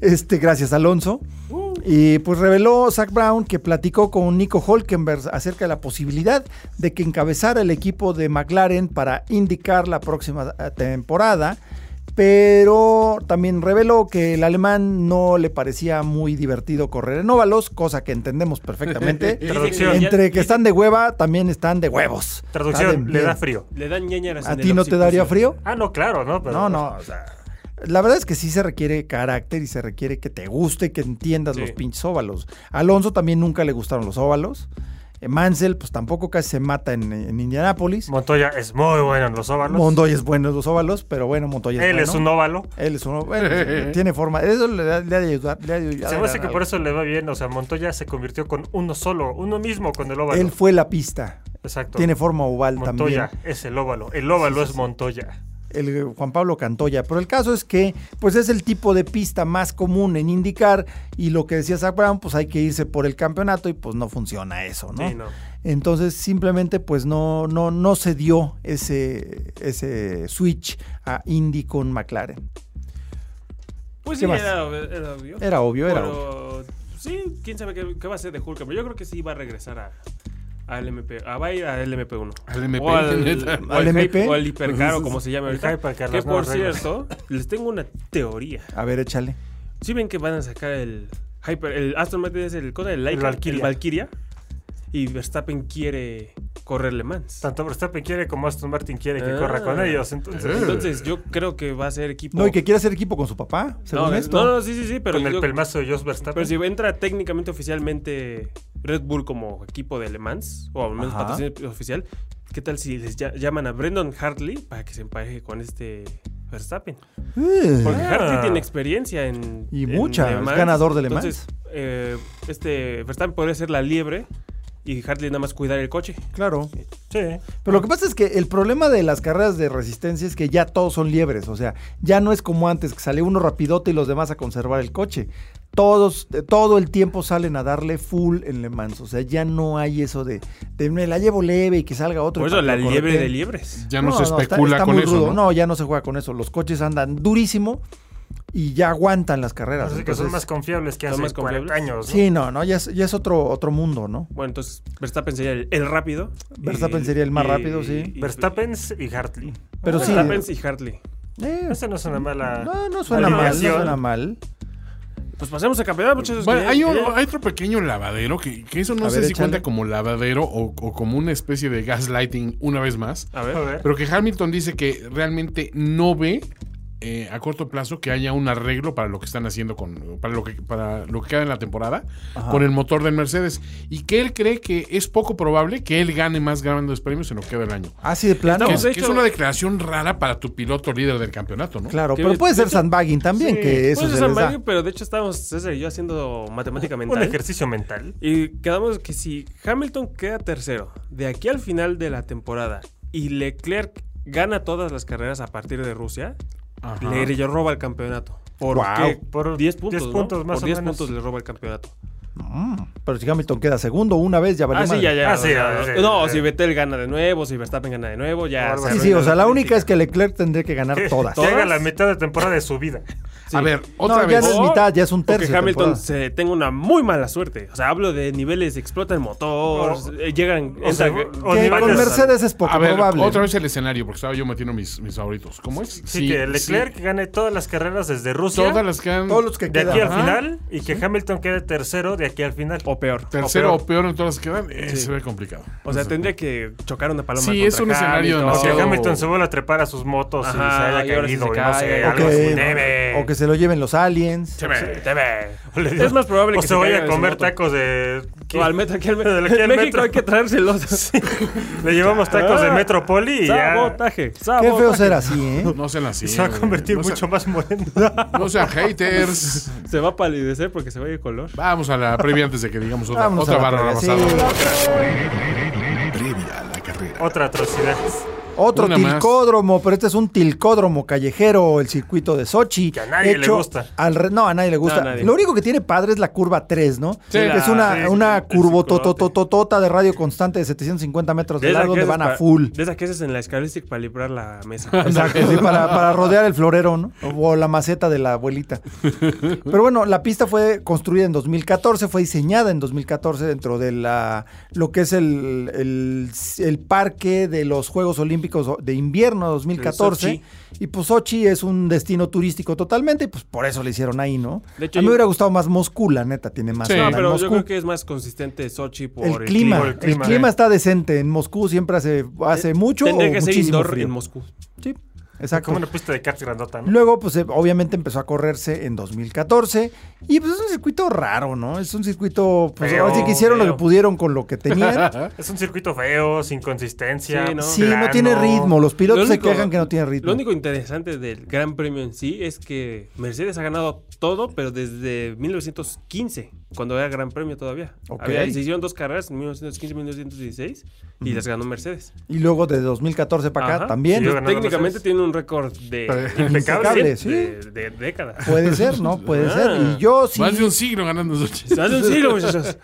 [SPEAKER 1] Este, gracias Alonso.
[SPEAKER 4] Uh.
[SPEAKER 1] Y pues reveló Zach Brown que platicó con Nico Holkenberg acerca de la posibilidad de que encabezara el equipo de McLaren para indicar la próxima eh, temporada. Pero también reveló que el alemán no le parecía muy divertido correr en óvalos, cosa que entendemos perfectamente.
[SPEAKER 4] Traducción.
[SPEAKER 1] Entre que están de hueva, también están de huevos. Saben
[SPEAKER 4] Traducción, le
[SPEAKER 1] bien.
[SPEAKER 4] da frío.
[SPEAKER 3] Le dan ñeñaras.
[SPEAKER 1] ¿A
[SPEAKER 3] en el
[SPEAKER 1] ti no te
[SPEAKER 3] occipucio.
[SPEAKER 1] daría frío?
[SPEAKER 4] Ah, no, claro, ¿no? Pero-
[SPEAKER 1] No, no, o sea, la verdad es que sí se requiere carácter y se requiere que te guste y que entiendas
[SPEAKER 3] Sí.
[SPEAKER 1] los pinches óvalos. Alonso también nunca le gustaron los óvalos. Eh, Mansell, pues tampoco casi se mata en, en Indianápolis.
[SPEAKER 4] Montoya es muy bueno en los óvalos.
[SPEAKER 1] Montoya es bueno en los óvalos, pero bueno, Montoya es
[SPEAKER 4] Él es un
[SPEAKER 1] bueno.
[SPEAKER 4] óvalo.
[SPEAKER 1] Él es uno. bueno, tiene forma. Eso le, da- le ha de ayudar. le ha de ayudar
[SPEAKER 4] Se me hace que
[SPEAKER 1] algo.
[SPEAKER 4] por eso le va bien. O sea, Montoya se convirtió con uno solo, uno mismo con el óvalo.
[SPEAKER 1] Él fue la pista.
[SPEAKER 4] Exacto.
[SPEAKER 1] Tiene forma oval también.
[SPEAKER 4] Montoya es el óvalo. El óvalo es Montoya.
[SPEAKER 1] el eh, Juan Pablo Cantoya. Pero el caso es que, pues es el tipo de pista más común en indicar y lo que decía Zach Brown, pues hay que irse por el campeonato y pues no funciona eso, ¿no?
[SPEAKER 3] Sí, no.
[SPEAKER 1] Entonces simplemente pues no, no, no se dio ese, ese switch a Indy con McLaren.
[SPEAKER 3] Pues sí,
[SPEAKER 1] ¿Qué más?
[SPEAKER 3] era, era obvio.
[SPEAKER 1] Era obvio, era obvio.
[SPEAKER 3] Pero sí, quién sabe qué, qué va a ser de Hulk. Pero yo creo que sí va a regresar a, al MP. A, va a ir al MP1.
[SPEAKER 2] Al MP,
[SPEAKER 3] O al,
[SPEAKER 2] neta.
[SPEAKER 3] o al
[SPEAKER 1] ¿Al
[SPEAKER 3] hype-
[SPEAKER 1] MP?
[SPEAKER 3] O al hipercaro, como se llama
[SPEAKER 4] El
[SPEAKER 3] ahorita.
[SPEAKER 4] hypercar,
[SPEAKER 3] Que
[SPEAKER 4] las
[SPEAKER 3] por
[SPEAKER 4] nuevas reglas.
[SPEAKER 3] cierto, les tengo una teoría.
[SPEAKER 1] A ver, échale.
[SPEAKER 3] Si ven que van a sacar el Hyper, el Aston Martin es el cosa del Leica,
[SPEAKER 4] El Valkyria.
[SPEAKER 3] el Valkyria, y Verstappen quiere correrle Mans.
[SPEAKER 4] Tanto Verstappen quiere como Aston Martin quiere que
[SPEAKER 3] Ah.
[SPEAKER 4] corra con ellos. Entonces,
[SPEAKER 3] Entonces yo creo que va a ser equipo.
[SPEAKER 1] No, y que quiere hacer equipo con su papá, según
[SPEAKER 3] Oh. no,
[SPEAKER 1] esto.
[SPEAKER 3] no, no, sí, sí, sí, pero
[SPEAKER 4] con
[SPEAKER 3] yo-
[SPEAKER 4] el pelmazo de Jos Verstappen.
[SPEAKER 3] pero si entra técnicamente oficialmente Red Bull como equipo de Le Mans o al menos
[SPEAKER 1] Ajá.
[SPEAKER 3] patrocinio oficial, ¿qué tal si les lla- llaman a Brendan Hartley para que se empareje con este Verstappen?
[SPEAKER 1] Eh,
[SPEAKER 3] Porque
[SPEAKER 4] Ah.
[SPEAKER 3] Hartley tiene experiencia en.
[SPEAKER 1] Y
[SPEAKER 3] en
[SPEAKER 1] mucha,
[SPEAKER 3] Le
[SPEAKER 1] es
[SPEAKER 3] Mans.
[SPEAKER 1] ganador de Le Mans.
[SPEAKER 3] Entonces, eh, este Verstappen podría ser la liebre y Hartley nada más cuidar el coche.
[SPEAKER 1] Claro.
[SPEAKER 4] Sí.
[SPEAKER 1] Pero lo que pasa es que el problema de las carreras de resistencia es que ya todos son liebres, o sea, ya no es como antes que sale uno rapidote y los demás a conservar el coche. Todos, eh, todo el tiempo salen a darle full en Le Mans, o sea, ya no hay eso de, de me la llevo leve y que salga otro.
[SPEAKER 3] Por
[SPEAKER 1] y
[SPEAKER 3] eso
[SPEAKER 1] para
[SPEAKER 3] la
[SPEAKER 1] que
[SPEAKER 3] liebre
[SPEAKER 1] corretee.
[SPEAKER 3] de liebres.
[SPEAKER 2] Ya no, se
[SPEAKER 1] está-
[SPEAKER 2] especula
[SPEAKER 1] está
[SPEAKER 2] con
[SPEAKER 1] muy
[SPEAKER 2] eso,
[SPEAKER 1] rudo.
[SPEAKER 2] ¿no?
[SPEAKER 1] ya no se juega con eso. Los coches andan durísimo y ya aguantan las carreras.
[SPEAKER 4] Así que son
[SPEAKER 1] entonces-
[SPEAKER 4] más confiables que
[SPEAKER 3] son
[SPEAKER 4] hace
[SPEAKER 3] más
[SPEAKER 4] 40
[SPEAKER 3] confiables.
[SPEAKER 4] años. ¿no?
[SPEAKER 1] Sí, no, no, ya es, ya es otro, otro mundo, ¿no?
[SPEAKER 3] Bueno, entonces Verstappen sería el, el rápido.
[SPEAKER 1] Verstappen sería el más rápido, sí.
[SPEAKER 4] Verstappen
[SPEAKER 3] pues,
[SPEAKER 4] y Hartley.
[SPEAKER 1] Pero sí.
[SPEAKER 3] Verstappen y Hartley.
[SPEAKER 1] eh,
[SPEAKER 4] Esa no es una mala.
[SPEAKER 1] no, no suena mal, no
[SPEAKER 4] alineación.
[SPEAKER 1] suena mal.
[SPEAKER 3] Pues pasemos a campeonato, muchachos.
[SPEAKER 2] Bueno,
[SPEAKER 3] que-
[SPEAKER 2] hay, un-
[SPEAKER 3] que-
[SPEAKER 2] hay otro pequeño lavadero que, que eso no
[SPEAKER 1] A
[SPEAKER 2] sé
[SPEAKER 1] ver,
[SPEAKER 2] si
[SPEAKER 1] échale.
[SPEAKER 2] cuenta como lavadero o, o como una especie de gaslighting una vez más.
[SPEAKER 3] A
[SPEAKER 4] A
[SPEAKER 3] ver.
[SPEAKER 4] ver.
[SPEAKER 2] Pero que Hamilton dice que realmente no ve eh, a corto plazo que haya un arreglo para lo que están haciendo con para lo que para lo que queda en la temporada con el motor del Mercedes y que él cree que es poco probable que él gane más grandes premios en lo que queda del año.
[SPEAKER 1] Así Ah, de plano.
[SPEAKER 2] Que
[SPEAKER 3] Estamos
[SPEAKER 2] es, que
[SPEAKER 3] hecho-
[SPEAKER 2] es una declaración rara para tu piloto líder del campeonato, ¿no?
[SPEAKER 1] Claro,
[SPEAKER 3] Que
[SPEAKER 1] pero
[SPEAKER 3] de-
[SPEAKER 1] puede
[SPEAKER 3] de
[SPEAKER 1] ser
[SPEAKER 3] hecho-
[SPEAKER 1] sandbagging también,
[SPEAKER 3] Sí,
[SPEAKER 1] que eso
[SPEAKER 3] pues,
[SPEAKER 1] se
[SPEAKER 3] es
[SPEAKER 1] les da.
[SPEAKER 3] amarillo, Pero de hecho estábamos César y yo haciendo matemática
[SPEAKER 4] Un
[SPEAKER 3] mental.
[SPEAKER 4] ejercicio mental.
[SPEAKER 3] Y quedamos que si Hamilton queda tercero de aquí al final de la temporada y Leclerc gana todas las carreras a partir de Rusia,
[SPEAKER 2] Ajá.
[SPEAKER 3] le le roba el campeonato. ¿Por
[SPEAKER 1] Guau.
[SPEAKER 3] qué?
[SPEAKER 4] Por
[SPEAKER 3] 10 puntos,
[SPEAKER 4] 10
[SPEAKER 3] ¿no?
[SPEAKER 4] puntos más
[SPEAKER 3] Por
[SPEAKER 4] o
[SPEAKER 3] 10
[SPEAKER 4] menos.
[SPEAKER 3] puntos le roba el campeonato.
[SPEAKER 1] Pero si Hamilton queda segundo una vez, ya valió
[SPEAKER 3] Ah, sí,
[SPEAKER 1] madre.
[SPEAKER 3] ya, ya.
[SPEAKER 4] Ah, sí,
[SPEAKER 3] o sea,
[SPEAKER 4] ah, sí,
[SPEAKER 3] no,
[SPEAKER 4] sí.
[SPEAKER 3] si Vettel gana de nuevo, si Verstappen gana de nuevo, ya.
[SPEAKER 4] Algo
[SPEAKER 3] se
[SPEAKER 1] Sí,
[SPEAKER 4] así.
[SPEAKER 1] sí,
[SPEAKER 3] arruina
[SPEAKER 1] o sea, la
[SPEAKER 4] Arruinar la
[SPEAKER 1] única es que Leclerc tendría que ganar todas.
[SPEAKER 3] ¿Todas?
[SPEAKER 4] Llega a la mitad de temporada de su vida.
[SPEAKER 2] A ver, otra
[SPEAKER 1] No, ya
[SPEAKER 2] vez. Oh,
[SPEAKER 1] no es mitad, ya es un
[SPEAKER 3] o que
[SPEAKER 1] tercio. de
[SPEAKER 3] Hamilton
[SPEAKER 1] temporada.
[SPEAKER 3] se tenga una muy mala suerte. O sea, hablo de niveles, explota el motor,
[SPEAKER 4] O-
[SPEAKER 3] eh, llegan,
[SPEAKER 4] o sea,
[SPEAKER 3] entran-
[SPEAKER 4] o
[SPEAKER 1] Que
[SPEAKER 3] varios-
[SPEAKER 1] con Mercedes es poco
[SPEAKER 2] A ver,
[SPEAKER 1] probable.
[SPEAKER 2] otra vez el escenario, porque estaba yo metiendo mis, mis favoritos. ¿Cómo es?
[SPEAKER 4] Sí, que Leclerc gane todas las carreras desde Rusia.
[SPEAKER 2] Todas las que han...
[SPEAKER 1] Todos los que
[SPEAKER 4] de aquí
[SPEAKER 1] quedan.
[SPEAKER 4] al final y que Hamilton quede tercero de aquí al final.
[SPEAKER 3] O peor.
[SPEAKER 2] Tercero
[SPEAKER 4] o
[SPEAKER 2] o peor en todas las que dan, eh,
[SPEAKER 3] Sí.
[SPEAKER 2] se ve complicado.
[SPEAKER 3] O sea, tendría que chocar una paloma.
[SPEAKER 2] Sí, es
[SPEAKER 3] contra
[SPEAKER 2] un escenario
[SPEAKER 3] Hamilton.
[SPEAKER 4] O que
[SPEAKER 2] demasiado-
[SPEAKER 4] Hamilton se vuelva a trepar a sus motos
[SPEAKER 3] Ajá,
[SPEAKER 4] y
[SPEAKER 3] y
[SPEAKER 4] se haya
[SPEAKER 3] ahora sí
[SPEAKER 4] caído.
[SPEAKER 3] se
[SPEAKER 4] y no sé,
[SPEAKER 3] cae.
[SPEAKER 1] O
[SPEAKER 4] algo
[SPEAKER 3] Algo
[SPEAKER 1] que,
[SPEAKER 4] así. Debe.
[SPEAKER 1] o que se lo lleven los aliens.
[SPEAKER 4] Sí, debe. O le-
[SPEAKER 3] Es más probable
[SPEAKER 4] o
[SPEAKER 3] que se
[SPEAKER 4] se vaya
[SPEAKER 3] caiga
[SPEAKER 4] a
[SPEAKER 3] de su
[SPEAKER 4] comer
[SPEAKER 3] moto.
[SPEAKER 4] tacos de.
[SPEAKER 3] O al metro, aquí al metro.
[SPEAKER 4] Desde aquí al
[SPEAKER 3] México
[SPEAKER 4] metro.
[SPEAKER 3] hay que traérselos.
[SPEAKER 4] Le llevamos tacos de Metropoli y ya.
[SPEAKER 3] Sabotaje.
[SPEAKER 1] Qué feo
[SPEAKER 3] sabotaje.
[SPEAKER 1] ser así, ¿eh?
[SPEAKER 2] No sean así.
[SPEAKER 4] Se va a
[SPEAKER 2] güey.
[SPEAKER 4] convertir
[SPEAKER 2] No sean-
[SPEAKER 4] mucho más moreno.
[SPEAKER 2] No sean haters.
[SPEAKER 3] Se va a palidecer porque se va a ir de color.
[SPEAKER 2] Vamos a la previa antes de que digamos otra,
[SPEAKER 1] Vámonos
[SPEAKER 2] otra
[SPEAKER 1] a la
[SPEAKER 2] barra
[SPEAKER 1] previa,
[SPEAKER 2] basada.
[SPEAKER 1] sí.
[SPEAKER 5] Previa a la carrera.
[SPEAKER 4] Otra atrocidad.
[SPEAKER 1] Otro
[SPEAKER 2] Una más.
[SPEAKER 1] tilcódromo, pero este es un tilcódromo callejero, el circuito de Sochi.
[SPEAKER 4] Que a nadie le gusta.
[SPEAKER 1] al re- no, a nadie le gusta.
[SPEAKER 3] a nadie.
[SPEAKER 1] Lo único que tiene padre es la curva 3, ¿no?
[SPEAKER 3] Sí,
[SPEAKER 1] que
[SPEAKER 3] la-
[SPEAKER 1] es una,
[SPEAKER 3] sí,
[SPEAKER 1] una
[SPEAKER 3] el
[SPEAKER 1] curvototototota de radio constante de 750 metros de
[SPEAKER 3] esa
[SPEAKER 1] largo
[SPEAKER 3] que
[SPEAKER 1] donde
[SPEAKER 3] haces
[SPEAKER 1] van a
[SPEAKER 3] pa-
[SPEAKER 1] full.
[SPEAKER 3] De esa que haces en la escalística para librar la mesa.
[SPEAKER 1] Exacto, sí, para, para rodear el florero, ¿no? O la maceta de la abuelita. Pero bueno, la pista fue construida en 2014, fue diseñada en 2014 dentro de la lo que es el, el- el parque de los Juegos Olímpicos de Invierno 2014.
[SPEAKER 3] Sochi.
[SPEAKER 1] Y pues Sochi es un destino turístico totalmente, y pues por eso le hicieron ahí, ¿no?
[SPEAKER 3] De hecho,
[SPEAKER 1] A mí me
[SPEAKER 3] yo-
[SPEAKER 1] hubiera gustado más Moscú, la neta, tiene más. onda
[SPEAKER 3] no,
[SPEAKER 1] en
[SPEAKER 3] pero yo
[SPEAKER 1] Moscú.
[SPEAKER 3] creo que es más consistente Sochi por
[SPEAKER 1] el, clima,
[SPEAKER 4] por
[SPEAKER 1] el
[SPEAKER 4] el
[SPEAKER 1] clima,
[SPEAKER 4] clima, eh.
[SPEAKER 1] está decente. En Moscú siempre hace, hace mucho o
[SPEAKER 3] Eh, Tendría que ser
[SPEAKER 1] muchísimo
[SPEAKER 3] indoor
[SPEAKER 1] frío.
[SPEAKER 3] en Moscú.
[SPEAKER 1] Sí, exacto.
[SPEAKER 4] Como una pista de karts grandota, ¿no?
[SPEAKER 1] Luego, pues eh, obviamente empezó a correrse en 2014 y pues es un circuito raro, ¿no? Es un circuito, pues
[SPEAKER 4] Feo,
[SPEAKER 1] ahora sí que hicieron lo
[SPEAKER 3] feo.
[SPEAKER 1] que pudieron con lo que tenían.
[SPEAKER 4] Es un circuito feo, sin consistencia.
[SPEAKER 3] Sí, ¿no?
[SPEAKER 1] sí, no tiene ritmo, los pilotos
[SPEAKER 3] Lo
[SPEAKER 1] se
[SPEAKER 3] único-
[SPEAKER 1] quejan que no tiene ritmo.
[SPEAKER 3] Lo único interesante del Gran Premio en sí es que Mercedes ha ganado todo, pero desde 1915, cuando era Gran Premio todavía.
[SPEAKER 1] Ok.
[SPEAKER 3] Había- se hicieron dos carreras en 1915 y 1916 y las ganó Mercedes.
[SPEAKER 1] Y luego de 2014 para acá
[SPEAKER 3] Ajá.
[SPEAKER 1] también.
[SPEAKER 4] Sí,
[SPEAKER 3] Entonces,
[SPEAKER 4] ganó
[SPEAKER 3] técnicamente
[SPEAKER 4] Mercedes.
[SPEAKER 3] tiene un récord de
[SPEAKER 1] Impecable,
[SPEAKER 3] impecable
[SPEAKER 1] sí. Pues,
[SPEAKER 3] de, de décadas.
[SPEAKER 1] Puede ser, ¿no?
[SPEAKER 3] Ah,
[SPEAKER 1] Puede ser. Y yo sí.
[SPEAKER 2] Más de un siglo ganando Sochi.
[SPEAKER 3] Hace un siglo, muchachos.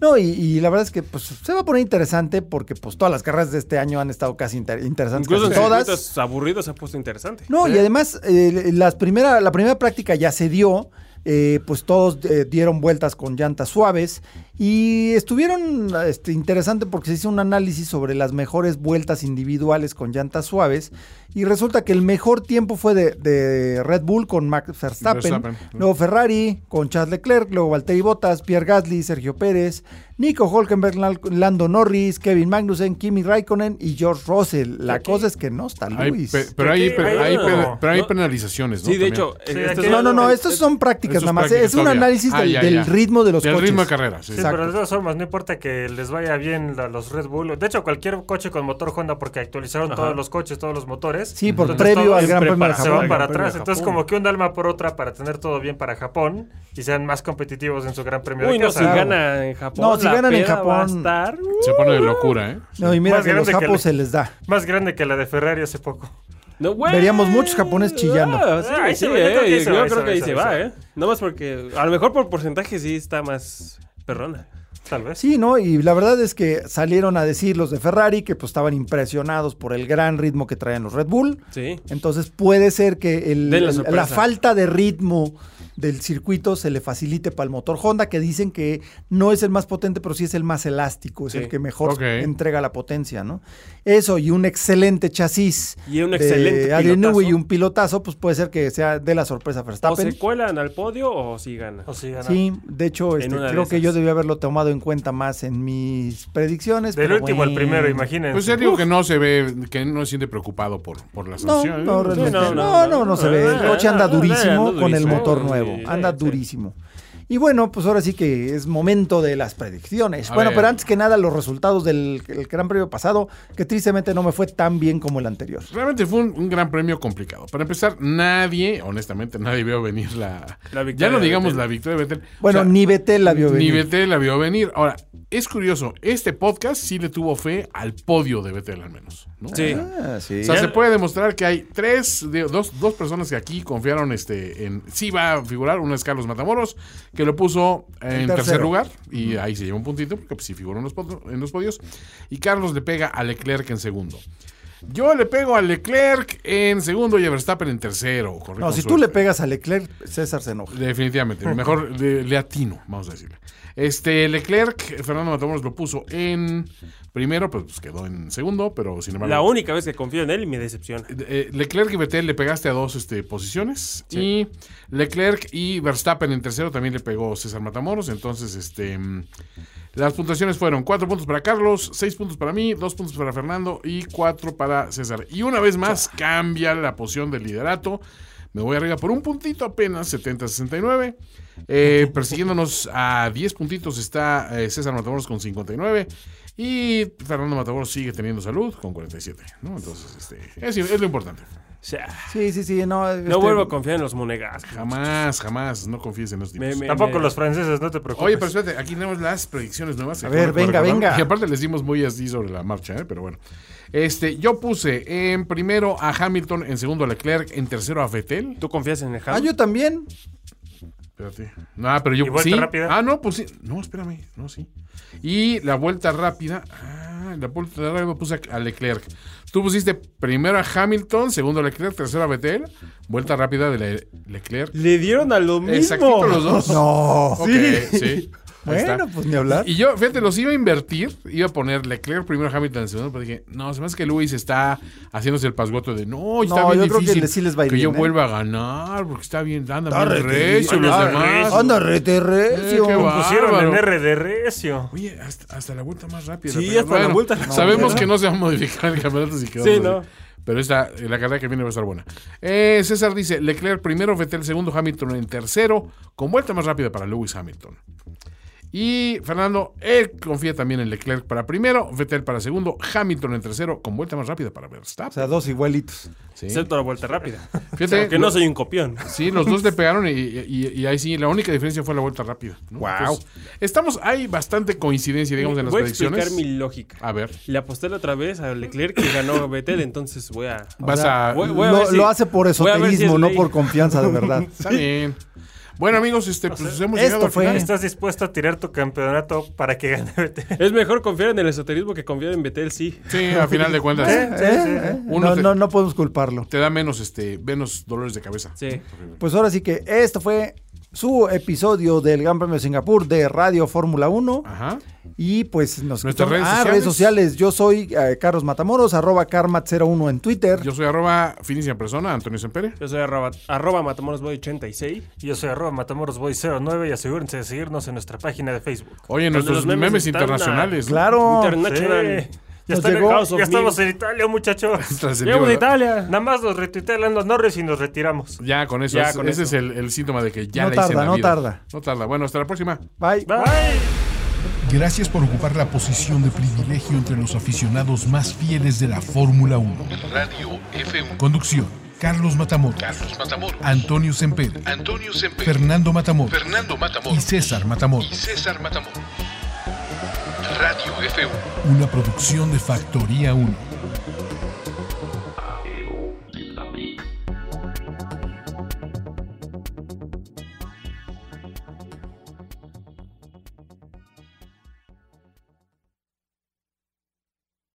[SPEAKER 1] No, y, y la verdad es que pues, se va a poner interesante porque pues todas las carreras de este año han estado casi inter- interesantes.
[SPEAKER 3] Incluso en
[SPEAKER 1] casi todas.
[SPEAKER 3] circuitos aburridos se ha puesto interesante.
[SPEAKER 1] No, y además, eh, las primera, la primera práctica ya se dio. eh, pues todos eh, dieron vueltas con llantas suaves y estuvieron este, interesante porque se hizo un análisis sobre las mejores vueltas individuales con llantas suaves y resulta que el mejor tiempo fue de, de Red Bull con Max Verstappen,
[SPEAKER 2] Verstappen.
[SPEAKER 1] luego Ferrari con Charles Leclerc, luego Valtteri Bottas, Pierre Gasly, Sergio Pérez, Nico Holkenberg, Lando Norris, Kevin Magnussen, Kimi Raikkonen y George Russell. La cosa es que no está
[SPEAKER 2] Hay
[SPEAKER 1] Luis.
[SPEAKER 2] pe- pero, hay,
[SPEAKER 4] Aquí
[SPEAKER 2] pe-
[SPEAKER 4] hay
[SPEAKER 2] hay
[SPEAKER 4] uno.
[SPEAKER 2] pena- pero hay
[SPEAKER 3] No.
[SPEAKER 2] penalizaciones, Pues, ¿no?
[SPEAKER 3] Sí, de
[SPEAKER 2] También.
[SPEAKER 3] hecho,
[SPEAKER 4] Sí,
[SPEAKER 3] eh, estos
[SPEAKER 4] aquí-
[SPEAKER 1] No,
[SPEAKER 3] son-
[SPEAKER 1] no, no, estas son prácticas
[SPEAKER 2] Eso
[SPEAKER 1] nada más.
[SPEAKER 2] práctica
[SPEAKER 1] Es un
[SPEAKER 2] todavía.
[SPEAKER 1] análisis
[SPEAKER 2] Ah,
[SPEAKER 1] del,
[SPEAKER 2] ya,
[SPEAKER 1] del
[SPEAKER 2] ya.
[SPEAKER 1] ritmo de los
[SPEAKER 2] Del
[SPEAKER 1] coches.
[SPEAKER 2] ritmo de carrera, sí.
[SPEAKER 4] Sí,
[SPEAKER 1] Exacto.
[SPEAKER 4] pero de todas formas, no importa que les vaya bien a los Red Bull. De hecho, cualquier coche con motor Honda, porque actualizaron todos los coches, todos los motores.
[SPEAKER 1] Sí, por
[SPEAKER 4] Entonces,
[SPEAKER 1] previo
[SPEAKER 4] todos
[SPEAKER 1] al Gran
[SPEAKER 3] siempre
[SPEAKER 1] Premio de
[SPEAKER 3] para-
[SPEAKER 4] se
[SPEAKER 1] Japón.
[SPEAKER 4] van para
[SPEAKER 3] Gran Premio
[SPEAKER 4] atrás.
[SPEAKER 3] de
[SPEAKER 4] Entonces,
[SPEAKER 3] Japón.
[SPEAKER 4] como que un alma por otra para tener todo bien para Japón y sean más competitivos en su Gran Premio
[SPEAKER 3] Uy,
[SPEAKER 4] de
[SPEAKER 3] no,
[SPEAKER 4] casa.
[SPEAKER 3] si gana en Japón.
[SPEAKER 1] No, si
[SPEAKER 3] la
[SPEAKER 1] ganan en
[SPEAKER 3] peda va a
[SPEAKER 1] Japón.
[SPEAKER 3] estar, uh,
[SPEAKER 2] Se pone de locura, ¿eh?
[SPEAKER 1] No, y mira
[SPEAKER 4] Más
[SPEAKER 1] que los
[SPEAKER 4] grande que
[SPEAKER 1] japos
[SPEAKER 4] le-
[SPEAKER 1] se les da.
[SPEAKER 4] Más grande que la de Ferrari hace poco.
[SPEAKER 3] No, güey.
[SPEAKER 1] Veríamos muchos japoneses chillando.
[SPEAKER 3] Ah, sí,
[SPEAKER 4] Ah, ahí
[SPEAKER 3] sí,
[SPEAKER 4] se va, yo creo que
[SPEAKER 3] eh,
[SPEAKER 4] ahí se
[SPEAKER 3] yo
[SPEAKER 4] va, ahí
[SPEAKER 3] creo que
[SPEAKER 4] se va,
[SPEAKER 3] ahí
[SPEAKER 4] ahí
[SPEAKER 3] se
[SPEAKER 4] se
[SPEAKER 3] va,
[SPEAKER 4] va.
[SPEAKER 3] ¿eh? Nada más porque, a lo mejor por porcentaje sí está más perrona.
[SPEAKER 4] Tal vez.
[SPEAKER 1] Sí, ¿no? Y la verdad es que salieron a decir los de Ferrari que pues estaban impresionados por el gran ritmo que traen los Red Bull.
[SPEAKER 3] Sí.
[SPEAKER 1] Entonces puede ser que el-
[SPEAKER 3] Den la
[SPEAKER 1] el- la,
[SPEAKER 3] sorpresa.
[SPEAKER 1] falta de ritmo del circuito se le facilite para el motor Honda, que dicen que no es el más potente, pero sí es el más elástico, es
[SPEAKER 3] Sí,
[SPEAKER 1] el que mejor
[SPEAKER 2] ok.
[SPEAKER 1] entrega la potencia, ¿no? Eso y un excelente chasis
[SPEAKER 3] Y un
[SPEAKER 1] de
[SPEAKER 3] excelente
[SPEAKER 1] Adrian
[SPEAKER 3] pilotazo.
[SPEAKER 1] Newey y un pilotazo, pues puede ser que sea de la sorpresa a
[SPEAKER 3] O
[SPEAKER 1] Verstappen.
[SPEAKER 3] se cuelan al podio o si ganan.
[SPEAKER 4] O si gana.
[SPEAKER 1] Sí, de hecho, este,
[SPEAKER 3] una de
[SPEAKER 1] creo que
[SPEAKER 3] esas.
[SPEAKER 1] yo debí haberlo tomado en cuenta más en mis predicciones.
[SPEAKER 4] Del
[SPEAKER 1] pero
[SPEAKER 4] último al
[SPEAKER 1] bueno.
[SPEAKER 4] primero, imagínense.
[SPEAKER 2] Pues ya digo que no se ve, que no se siente preocupado por, por la
[SPEAKER 1] No,
[SPEAKER 2] sanción.
[SPEAKER 1] no,
[SPEAKER 2] ¿eh?
[SPEAKER 1] realmente. no,
[SPEAKER 3] no, no,
[SPEAKER 1] no,
[SPEAKER 3] no,
[SPEAKER 1] no se
[SPEAKER 3] no,
[SPEAKER 1] ve. El
[SPEAKER 3] no,
[SPEAKER 1] coche
[SPEAKER 3] no,
[SPEAKER 1] anda
[SPEAKER 3] no,
[SPEAKER 1] durísimo
[SPEAKER 3] anda
[SPEAKER 1] con el
[SPEAKER 3] durísimo.
[SPEAKER 1] motor
[SPEAKER 3] Sí,
[SPEAKER 1] nuevo.
[SPEAKER 3] sí,
[SPEAKER 1] Anda
[SPEAKER 3] sí.
[SPEAKER 1] durísimo. Y bueno, pues ahora sí que es momento de las predicciones.
[SPEAKER 2] A
[SPEAKER 1] bueno,
[SPEAKER 2] ver.
[SPEAKER 1] pero antes que nada, los resultados del el Gran Premio pasado, que tristemente no me fue tan bien como el anterior.
[SPEAKER 2] Realmente fue un, un gran premio complicado. Para empezar, nadie, honestamente, nadie vio venir la.
[SPEAKER 3] La victoria
[SPEAKER 2] ya no
[SPEAKER 3] de
[SPEAKER 2] digamos
[SPEAKER 3] Vettel.
[SPEAKER 2] la victoria de Vettel.
[SPEAKER 1] Bueno,
[SPEAKER 2] O sea,
[SPEAKER 1] ni Betel la vio
[SPEAKER 2] Ni
[SPEAKER 1] venir.
[SPEAKER 2] Vettel la vio venir. Ahora, es curioso, este podcast sí le tuvo fe al podio de Vettel al menos. ¿no?
[SPEAKER 3] Sí.
[SPEAKER 1] Ah, sí.
[SPEAKER 2] O sea,
[SPEAKER 3] Ya-
[SPEAKER 2] se puede demostrar que hay tres, de- dos, dos personas que aquí confiaron este, en... Sí va a figurar, uno es Carlos Matamoros, que lo puso en
[SPEAKER 1] tercero.
[SPEAKER 2] tercer lugar y ahí se lleva un puntito porque pues, sí figuró en los, pod- en los podios. Y Carlos le pega a Leclerc en segundo. Yo le pego a Leclerc en segundo y a Verstappen en tercero. corre
[SPEAKER 1] No,
[SPEAKER 2] con
[SPEAKER 1] si tú
[SPEAKER 2] suerte.
[SPEAKER 1] le pegas a Leclerc, César se enoja.
[SPEAKER 2] Definitivamente. Mejor le, le atino, vamos a decirle. Este, Leclerc, Fernando Matamoros lo puso en primero, pues, pues, quedó en segundo, pero sin embargo.
[SPEAKER 3] La única vez que confío en él y me decepciona.
[SPEAKER 2] Eh, Leclerc y Vettel le pegaste a dos este, posiciones.
[SPEAKER 3] Sí.
[SPEAKER 2] Y Leclerc y Verstappen en tercero también le pegó César Matamoros. Entonces, este. mm, Las puntuaciones fueron cuatro puntos para Carlos, seis puntos para mí, dos puntos para Fernando y cuatro para César. Y una vez más cambia la posición del liderato. Me voy arriba por un puntito apenas, 70-69. Eh, persiguiéndonos a 10 puntitos está eh, César Matamoros con 59. Y Fernando Matamoros sigue teniendo salud con 47. ¿no? Entonces, este, es, es lo importante.
[SPEAKER 3] O sea,
[SPEAKER 1] Sí, sí, sí. No, este, ah,
[SPEAKER 3] no vuelvo a confiar en los monegas.
[SPEAKER 2] Jamás, jamás, no confíes en los tipos.
[SPEAKER 3] Me- me-
[SPEAKER 4] Tampoco
[SPEAKER 3] me-
[SPEAKER 4] los franceses, no te preocupes.
[SPEAKER 2] Oye, pero espérate, aquí tenemos las predicciones nuevas.
[SPEAKER 1] A ver, venga,
[SPEAKER 2] Recordar-
[SPEAKER 1] venga.
[SPEAKER 2] Y aparte les dimos muy así sobre la marcha, ¿eh? pero bueno. Este, yo puse en primero a Hamilton, en segundo a Leclerc, en tercero a Vettel.
[SPEAKER 3] ¿Tú confías en el
[SPEAKER 1] Ah,
[SPEAKER 3] Ham?
[SPEAKER 1] yo también.
[SPEAKER 2] Espérate. No, pero yo
[SPEAKER 4] ¿Y vuelta
[SPEAKER 2] sí.
[SPEAKER 4] rápida?
[SPEAKER 2] Ah, no, pues sí. No, espérame. No, sí. Y la vuelta rápida. Ah, la vuelta rápida puse a Leclerc. Tú pusiste primero a Hamilton, segundo a Leclerc, tercero a Vettel. Vuelta rápida de Le- Leclerc.
[SPEAKER 3] Le dieron a lo mismo.
[SPEAKER 2] Exactito los dos.
[SPEAKER 1] No.
[SPEAKER 2] Ok,
[SPEAKER 1] Sí.
[SPEAKER 2] sí. Ahí
[SPEAKER 1] Bueno,
[SPEAKER 2] está.
[SPEAKER 1] pues ni hablar.
[SPEAKER 2] Y yo, fíjate, los iba a invertir. Iba a poner Leclerc primero, Hamilton en segundo. Pero dije, no, se me hace que Luis está haciéndose el pasguato de no, está
[SPEAKER 1] No,
[SPEAKER 2] bien
[SPEAKER 1] yo creo que
[SPEAKER 2] difícil
[SPEAKER 1] le- sí les va a ir
[SPEAKER 2] que yo
[SPEAKER 1] bien, ¿eh?
[SPEAKER 2] vuelva a ganar porque está bien, anda
[SPEAKER 1] Está
[SPEAKER 2] bien
[SPEAKER 1] re-
[SPEAKER 2] recio los
[SPEAKER 4] anda
[SPEAKER 2] demás.
[SPEAKER 4] recio.
[SPEAKER 1] Anda, rete, recio.
[SPEAKER 2] Eh, qué va-
[SPEAKER 4] pusieron
[SPEAKER 2] bárbaro.
[SPEAKER 4] en R de recio.
[SPEAKER 2] Oye, hasta, hasta la vuelta más rápida.
[SPEAKER 3] Sí,
[SPEAKER 2] Pero
[SPEAKER 3] hasta la vuelta.
[SPEAKER 2] Sabemos
[SPEAKER 3] No,
[SPEAKER 2] que no se va a modificar el campeonato si quedamos
[SPEAKER 3] Sí,
[SPEAKER 2] así.
[SPEAKER 3] no.
[SPEAKER 2] Pero esta, la carrera que viene va a estar buena. Eh, César dice, Leclerc primero, Vettel segundo, Hamilton en tercero, con vuelta más rápida para Lewis Hamilton. Y Fernando, él confía también en Leclerc para primero, Vettel para segundo, Hamilton en tercero, con vuelta más rápida para
[SPEAKER 1] O
[SPEAKER 2] Verstappen.
[SPEAKER 1] sea, dos igualitos.
[SPEAKER 2] Sí.
[SPEAKER 3] Excepto la vuelta rápida.
[SPEAKER 2] Fíjate,
[SPEAKER 3] que no soy un copión.
[SPEAKER 2] Sí, los dos le pegaron y, y- y ahí sí, la única diferencia fue la vuelta rápida. ¿no?
[SPEAKER 1] Wow.
[SPEAKER 2] estamos, hay bastante coincidencia, digamos, en las
[SPEAKER 3] voy a
[SPEAKER 2] predicciones.
[SPEAKER 3] explicar mi lógica.
[SPEAKER 1] Ah.
[SPEAKER 2] A ver.
[SPEAKER 3] Le aposté la otra vez a Leclerc que ganó a Vettel, entonces voy a.
[SPEAKER 2] Vas
[SPEAKER 1] sea,
[SPEAKER 2] a.
[SPEAKER 3] voy- voy a
[SPEAKER 1] lo,
[SPEAKER 3] ver si-
[SPEAKER 1] lo hace por
[SPEAKER 3] voy a ver si es
[SPEAKER 1] esoterismo, no
[SPEAKER 3] ley.
[SPEAKER 1] por confianza de verdad.
[SPEAKER 2] Está bien. Bueno, amigos, este, pues hemos
[SPEAKER 1] esto
[SPEAKER 2] llegado al
[SPEAKER 1] fue-
[SPEAKER 2] final.
[SPEAKER 4] ¿Estás dispuesto a tirar tu campeonato para que gane Vettel?
[SPEAKER 3] Es mejor confiar en el esoterismo que confiar en Vettel, sí.
[SPEAKER 2] Sí, a final de cuentas.
[SPEAKER 1] ¿Eh? ¿Eh?
[SPEAKER 2] Uno
[SPEAKER 1] No,
[SPEAKER 2] te-
[SPEAKER 1] no, no podemos culparlo.
[SPEAKER 2] Te da menos, este, menos dolores de cabeza.
[SPEAKER 3] Sí.
[SPEAKER 1] Pues ahora sí que esto fue su episodio del Gran Premio de Singapur de Radio Fórmula 1.
[SPEAKER 2] Ajá.
[SPEAKER 1] Y pues nos escuchamos-
[SPEAKER 2] Nuestras redes
[SPEAKER 1] Ah,
[SPEAKER 2] sociales.
[SPEAKER 1] redes sociales. Yo soy eh, Carlos Matamoros, arroba carmat01 en Twitter.
[SPEAKER 2] Yo soy arroba finísima persona, Antonio Sempere.
[SPEAKER 3] Yo soy arroba, arroba matamorosboy86.
[SPEAKER 4] Yo soy arroba matamorosboy09 y asegúrense de seguirnos en nuestra página de Facebook.
[SPEAKER 2] Oye,
[SPEAKER 3] Donde
[SPEAKER 2] nuestros
[SPEAKER 3] los
[SPEAKER 2] memes,
[SPEAKER 3] memes están,
[SPEAKER 2] internacionales. ¿no?
[SPEAKER 1] Claro.
[SPEAKER 3] International.
[SPEAKER 4] Sí.
[SPEAKER 1] Nos
[SPEAKER 4] Ya, están-
[SPEAKER 1] llegó-
[SPEAKER 4] ya estamos en Italia, muchachos.
[SPEAKER 2] Tras el
[SPEAKER 3] Llegamos de
[SPEAKER 2] libro, ¿verdad?
[SPEAKER 3] Italia.
[SPEAKER 4] Nada más nos retuitea Lando Norris y nos retiramos.
[SPEAKER 2] Ya con eso.
[SPEAKER 3] Ya
[SPEAKER 2] es-
[SPEAKER 3] con
[SPEAKER 2] ese
[SPEAKER 3] eso.
[SPEAKER 2] es el, el síntoma de que ya
[SPEAKER 1] No
[SPEAKER 2] la hice en
[SPEAKER 1] tarda,
[SPEAKER 2] la
[SPEAKER 1] no
[SPEAKER 2] vida.
[SPEAKER 1] tarda.
[SPEAKER 2] No tarda. Bueno, hasta la próxima.
[SPEAKER 1] Bye.
[SPEAKER 4] Bye.
[SPEAKER 5] Gracias por ocupar la posición de privilegio entre los aficionados más fieles de la Fórmula 1.
[SPEAKER 7] Radio F1.
[SPEAKER 5] Conducción: Carlos Matamoros,
[SPEAKER 7] Carlos Matamoros.
[SPEAKER 5] Antonio Semper,
[SPEAKER 7] Antonio Semper.
[SPEAKER 5] Fernando Matamoros
[SPEAKER 7] Fernando
[SPEAKER 5] y
[SPEAKER 7] Matamoros.
[SPEAKER 5] César Matamoros.
[SPEAKER 7] Y César Matamoros. Radio F1.
[SPEAKER 5] Una producción de Factoría 1.